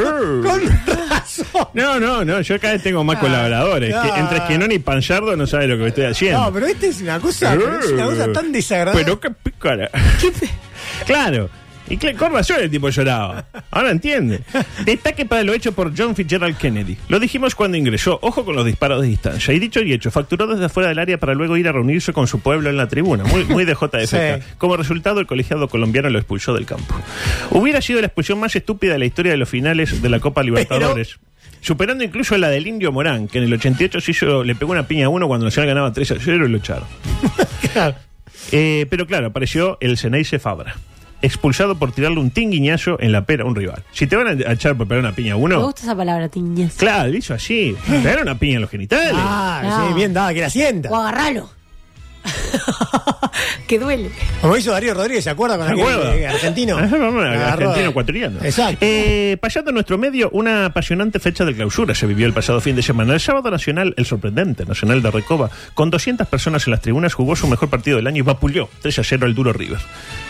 Speaker 8: No, no, no, yo cada vez tengo
Speaker 11: Ah,
Speaker 8: más colaboradores.
Speaker 11: no.
Speaker 8: Que entre Esquenón y Panchardo no sabe lo que estoy haciendo. Eh.
Speaker 11: No, pero este es una cosa, pero es una cosa tan desagradable.
Speaker 8: Pero qué pícara. claro. Y cl- con razón el tipo lloraba. Ahora entiende. Destaque para lo hecho por John Fitzgerald Kennedy. Lo dijimos cuando ingresó. Ojo con los disparos de distancia. Y dicho y hecho, facturó desde afuera del área para luego ir a reunirse con su pueblo en la tribuna. Muy, muy de JFK. Como resultado, el colegiado colombiano lo expulsó del campo. Hubiera sido la expulsión más estúpida de la historia de los finales de la Copa Libertadores. Superando incluso la del Indio Morán, que en el 88 se hizo- le pegó una piña a uno cuando Nacional ganaba 3 a 0 y lo echaron. Eh, pero claro, apareció el Ceneice Fabra, expulsado por tirarle un tinguiñazo en la pera a un rival. Si te van a echar por pegar una piña a
Speaker 22: Me
Speaker 8: uno,
Speaker 22: gusta esa palabra, tiñez.
Speaker 8: claro, le hizo así. Le pegaron una piña en los genitales.
Speaker 11: Ah, sí, bien dada que la sienta.
Speaker 22: O agarralo. que duele.
Speaker 11: Como hizo Darío Rodríguez, ¿se acuerda con
Speaker 8: ¿Se
Speaker 11: aquel
Speaker 8: acuerda?
Speaker 11: eh, argentino?
Speaker 8: Ah, bueno,
Speaker 11: Agarró-
Speaker 8: argentino ecuatoriano.
Speaker 11: Exacto.
Speaker 8: Eh, pasando a nuestro medio, una apasionante fecha de clausura se vivió el pasado fin de semana. El sábado nacional, el sorprendente Nacional de Recoba, con 200 personas en las tribunas, jugó su mejor partido del año y vapuleó 3 a 0 al duro River.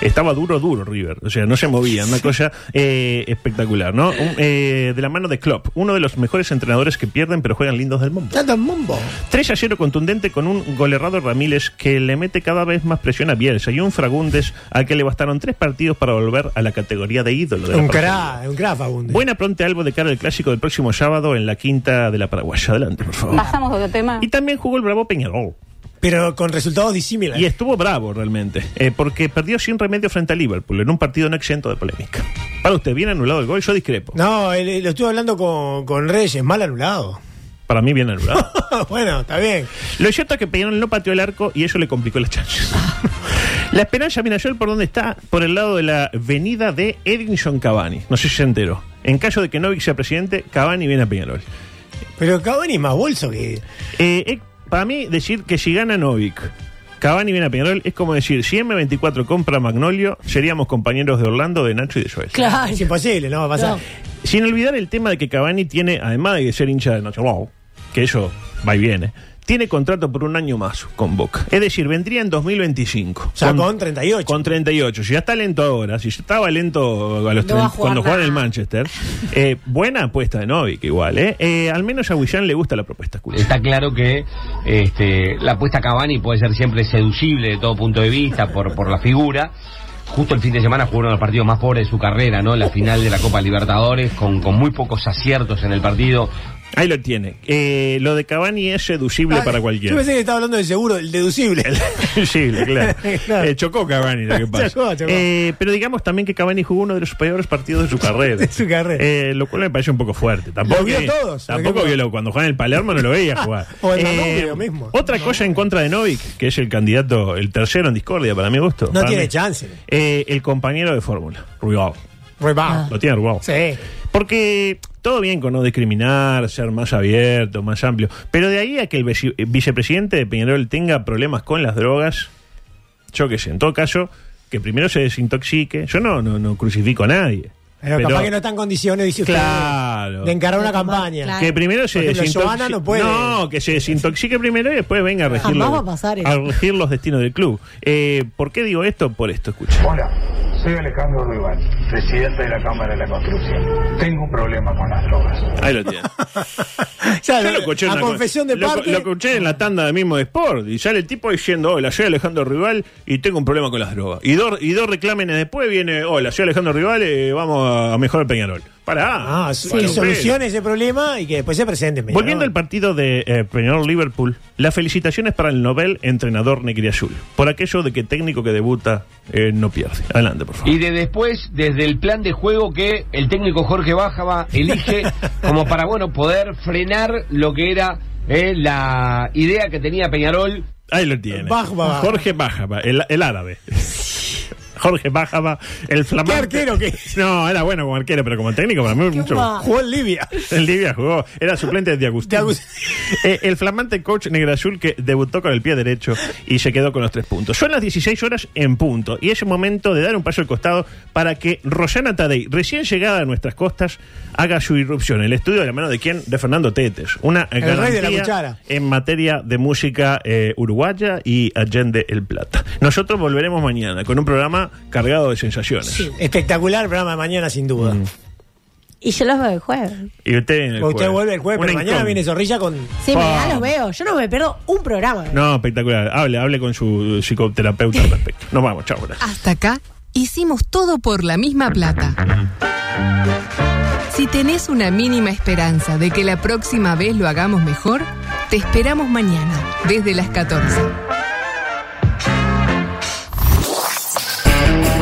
Speaker 8: Estaba duro, duro River. O sea, no se movía. Una cosa eh, espectacular, ¿no? Un, eh, de la mano de Klopp, uno de los mejores entrenadores que pierden pero juegan lindos del mundo.
Speaker 11: Tanto mumbo.
Speaker 8: 3 a 0 contundente con un goleador Ramírez que le mete cada vez más presión a Bielsa y un Fragundes al que le bastaron tres partidos para volver a la categoría de ídolo. De la
Speaker 11: Un
Speaker 8: Partenopea.
Speaker 11: cra, un cra, Fagundes.
Speaker 8: Buena pronta algo de cara al clásico del próximo sábado en la quinta de la Paraguaya. Adelante, por favor.
Speaker 22: Pasamos a otro tema.
Speaker 8: Y también jugó el Bravo Peñarol.
Speaker 11: Pero con resultados disímiles.
Speaker 8: Y estuvo bravo realmente, eh, porque perdió sin remedio frente a Liverpool en un partido no exento de polémica. Para usted, bien anulado el gol, yo discrepo.
Speaker 11: No, el- el- lo estuve hablando con, con Reyes, mal anulado.
Speaker 8: Para mí, bien anulado.
Speaker 11: bueno, está bien.
Speaker 8: Lo cierto es que Peñarol no pateó el arco y eso le complicó las chances. la Esperanza Minayol, ¿por dónde está? Por el lado de la avenida de Edinson Cavani. No sé si se enteró. En caso de que Novik sea presidente, Cavani viene a Peñarol.
Speaker 11: Pero Cavani es más bolso que.
Speaker 8: Eh, eh, para mí, decir que si gana Novik, Cavani viene a Peñarol es como decir: si M24 compra Magnolio, seríamos compañeros de Orlando, de Nacho y de Joel.
Speaker 11: Claro. Es imposible, no va a pasar.
Speaker 8: Sin olvidar el tema de que Cavani tiene, además de ser hincha de Nacho Wow, que eso va y viene, tiene contrato por un año más con Boca. Es decir, vendría en 2025.
Speaker 11: O sea, con 38.
Speaker 8: Con 38. Si ya está lento ahora, si ya estaba lento a los
Speaker 11: No va
Speaker 8: 30
Speaker 11: a jugar
Speaker 8: cuando jugaba en el
Speaker 11: nada.
Speaker 8: Manchester, eh, buena apuesta de Novik igual, ¿eh? Eh, Al menos a Willian le gusta la propuesta. Escucha.
Speaker 23: Está claro que este, la apuesta a Cavani puede ser siempre seducible de todo punto de vista por, por la figura. Justo el fin de semana jugaron los partidos más pobres de su carrera, ¿no? La final de la Copa Libertadores, con, con muy pocos aciertos en el partido.
Speaker 8: Ahí lo tiene. Eh, lo de Cavani es seducible para
Speaker 11: Ah, Yo
Speaker 8: cualquiera.
Speaker 11: pensé que estaba hablando del seguro, el deducible.
Speaker 8: Seducible, claro. Eh, chocó Cavani, lo que pasa.
Speaker 11: Chocó, chocó.
Speaker 8: Eh, pero digamos también que Cavani jugó uno de los peores partidos de su carrera.
Speaker 11: De su carrera.
Speaker 8: Eh, lo cual me parece un poco fuerte. Tampoco
Speaker 11: Lo vio
Speaker 8: que-
Speaker 11: todos.
Speaker 8: Tampoco
Speaker 11: Lo que-
Speaker 8: vio lo- cuando jugaba en el Palermo no lo veía jugar.
Speaker 11: O el
Speaker 8: Eh,
Speaker 11: Danubio, lo mismo.
Speaker 8: Otra cosa en contra de Novik, que es el candidato, el tercero en discordia, para mi gusto.
Speaker 11: No
Speaker 8: Para
Speaker 11: tiene
Speaker 8: mí.
Speaker 11: chance.
Speaker 8: Eh, el compañero de fórmula, Rubio.
Speaker 11: Rebound.
Speaker 8: Lo tiene Rubio.
Speaker 11: Sí.
Speaker 8: Porque todo bien con no discriminar, ser más abierto, más amplio, pero de ahí a que el vice- eh, vicepresidente de Peñarol tenga problemas con las drogas, yo qué sé, en todo caso, que primero se desintoxique, yo no, no, no crucifico a nadie.
Speaker 11: Pero, capaz que no está en condiciones, dice usted,
Speaker 8: Claro.
Speaker 11: de encarar una campaña.
Speaker 8: Que primero se
Speaker 11: Por ejemplo,
Speaker 8: desintoxique.
Speaker 11: Johanna no puede.
Speaker 8: que se desintoxique primero y después venga a regir,
Speaker 12: Jamás
Speaker 8: los-
Speaker 12: va a pasar eso.
Speaker 8: a regir los destinos del club. Eh, ¿Por qué digo esto? Por esto, escucha.
Speaker 24: Hola, soy Alejandro Ruibal, presidente de la Cámara de la Construcción. Tengo un problema con las drogas.
Speaker 8: Ahí lo tiene.
Speaker 11: Ya,
Speaker 8: Yo Ah, lo escuché en
Speaker 11: a
Speaker 8: una co-
Speaker 11: confesión de
Speaker 8: lo,
Speaker 11: parte-
Speaker 8: Lo escuché en la tanda de mismo de Sport. Y sale el tipo diciendo, hola, soy Alejandro Rival y tengo un problema con las drogas. Y dos, y dos reclámenes después viene, hola, soy Alejandro Rival, eh, vamos a, a mejorar Peñarol. Pará.
Speaker 11: Que Ah, solucione ese problema y que después se presente. en Peñarol.
Speaker 8: Volviendo al partido de eh, Peñarol-Liverpool, las felicitaciones para el Nobel entrenador Negriazul, por aquello de que técnico que debuta eh, no pierde. Adelante, por favor.
Speaker 23: Y de después, desde el plan de juego que el técnico Jorge Bájava elige como para, bueno, poder frenar lo que era eh, la idea que tenía Peñarol.
Speaker 8: Ahí lo tiene. Jorge Bájava, el, el árabe. Jorge Bájava, el flamante.
Speaker 11: arquero que
Speaker 8: No, era bueno como arquero, pero como técnico para mí mucho.
Speaker 11: va. Jugó en Libia.
Speaker 8: En Libia jugó. Era suplente de Agustín. Eh, el flamante coach Negrazul que debutó con el pie derecho y se quedó con los tres puntos. Son las 16 horas en punto y es el momento de dar un paso al costado para que Rosana Tadei, recién llegada a nuestras costas, haga su irrupción. El estudio de la mano de quién? De Fernando Tetes. Una
Speaker 11: El rey de la
Speaker 8: garantía
Speaker 11: cuchara.
Speaker 8: en materia de música eh, uruguaya y Allende el Plata. Nosotros volveremos mañana con un programa cargado de sensaciones.
Speaker 11: Espectacular el programa de mañana, sin duda.
Speaker 12: Y yo los veo el jueves.
Speaker 8: Y usted viene el
Speaker 11: Usted
Speaker 8: jueves.
Speaker 11: vuelve el jueves,
Speaker 8: Una
Speaker 11: pero mañana
Speaker 8: incógnita.
Speaker 11: viene Zorrilla con.
Speaker 12: Sí,
Speaker 8: Pa.
Speaker 12: me los veo. Yo no me pierdo un programa.
Speaker 8: No, espectacular. Hable, hable con su eh, psicoterapeuta al respecto. Nos vamos, chao. gracias.
Speaker 6: Hasta acá hicimos todo por la misma plata. Si tenés una mínima esperanza de que la próxima vez lo hagamos mejor, te esperamos mañana, desde las 14.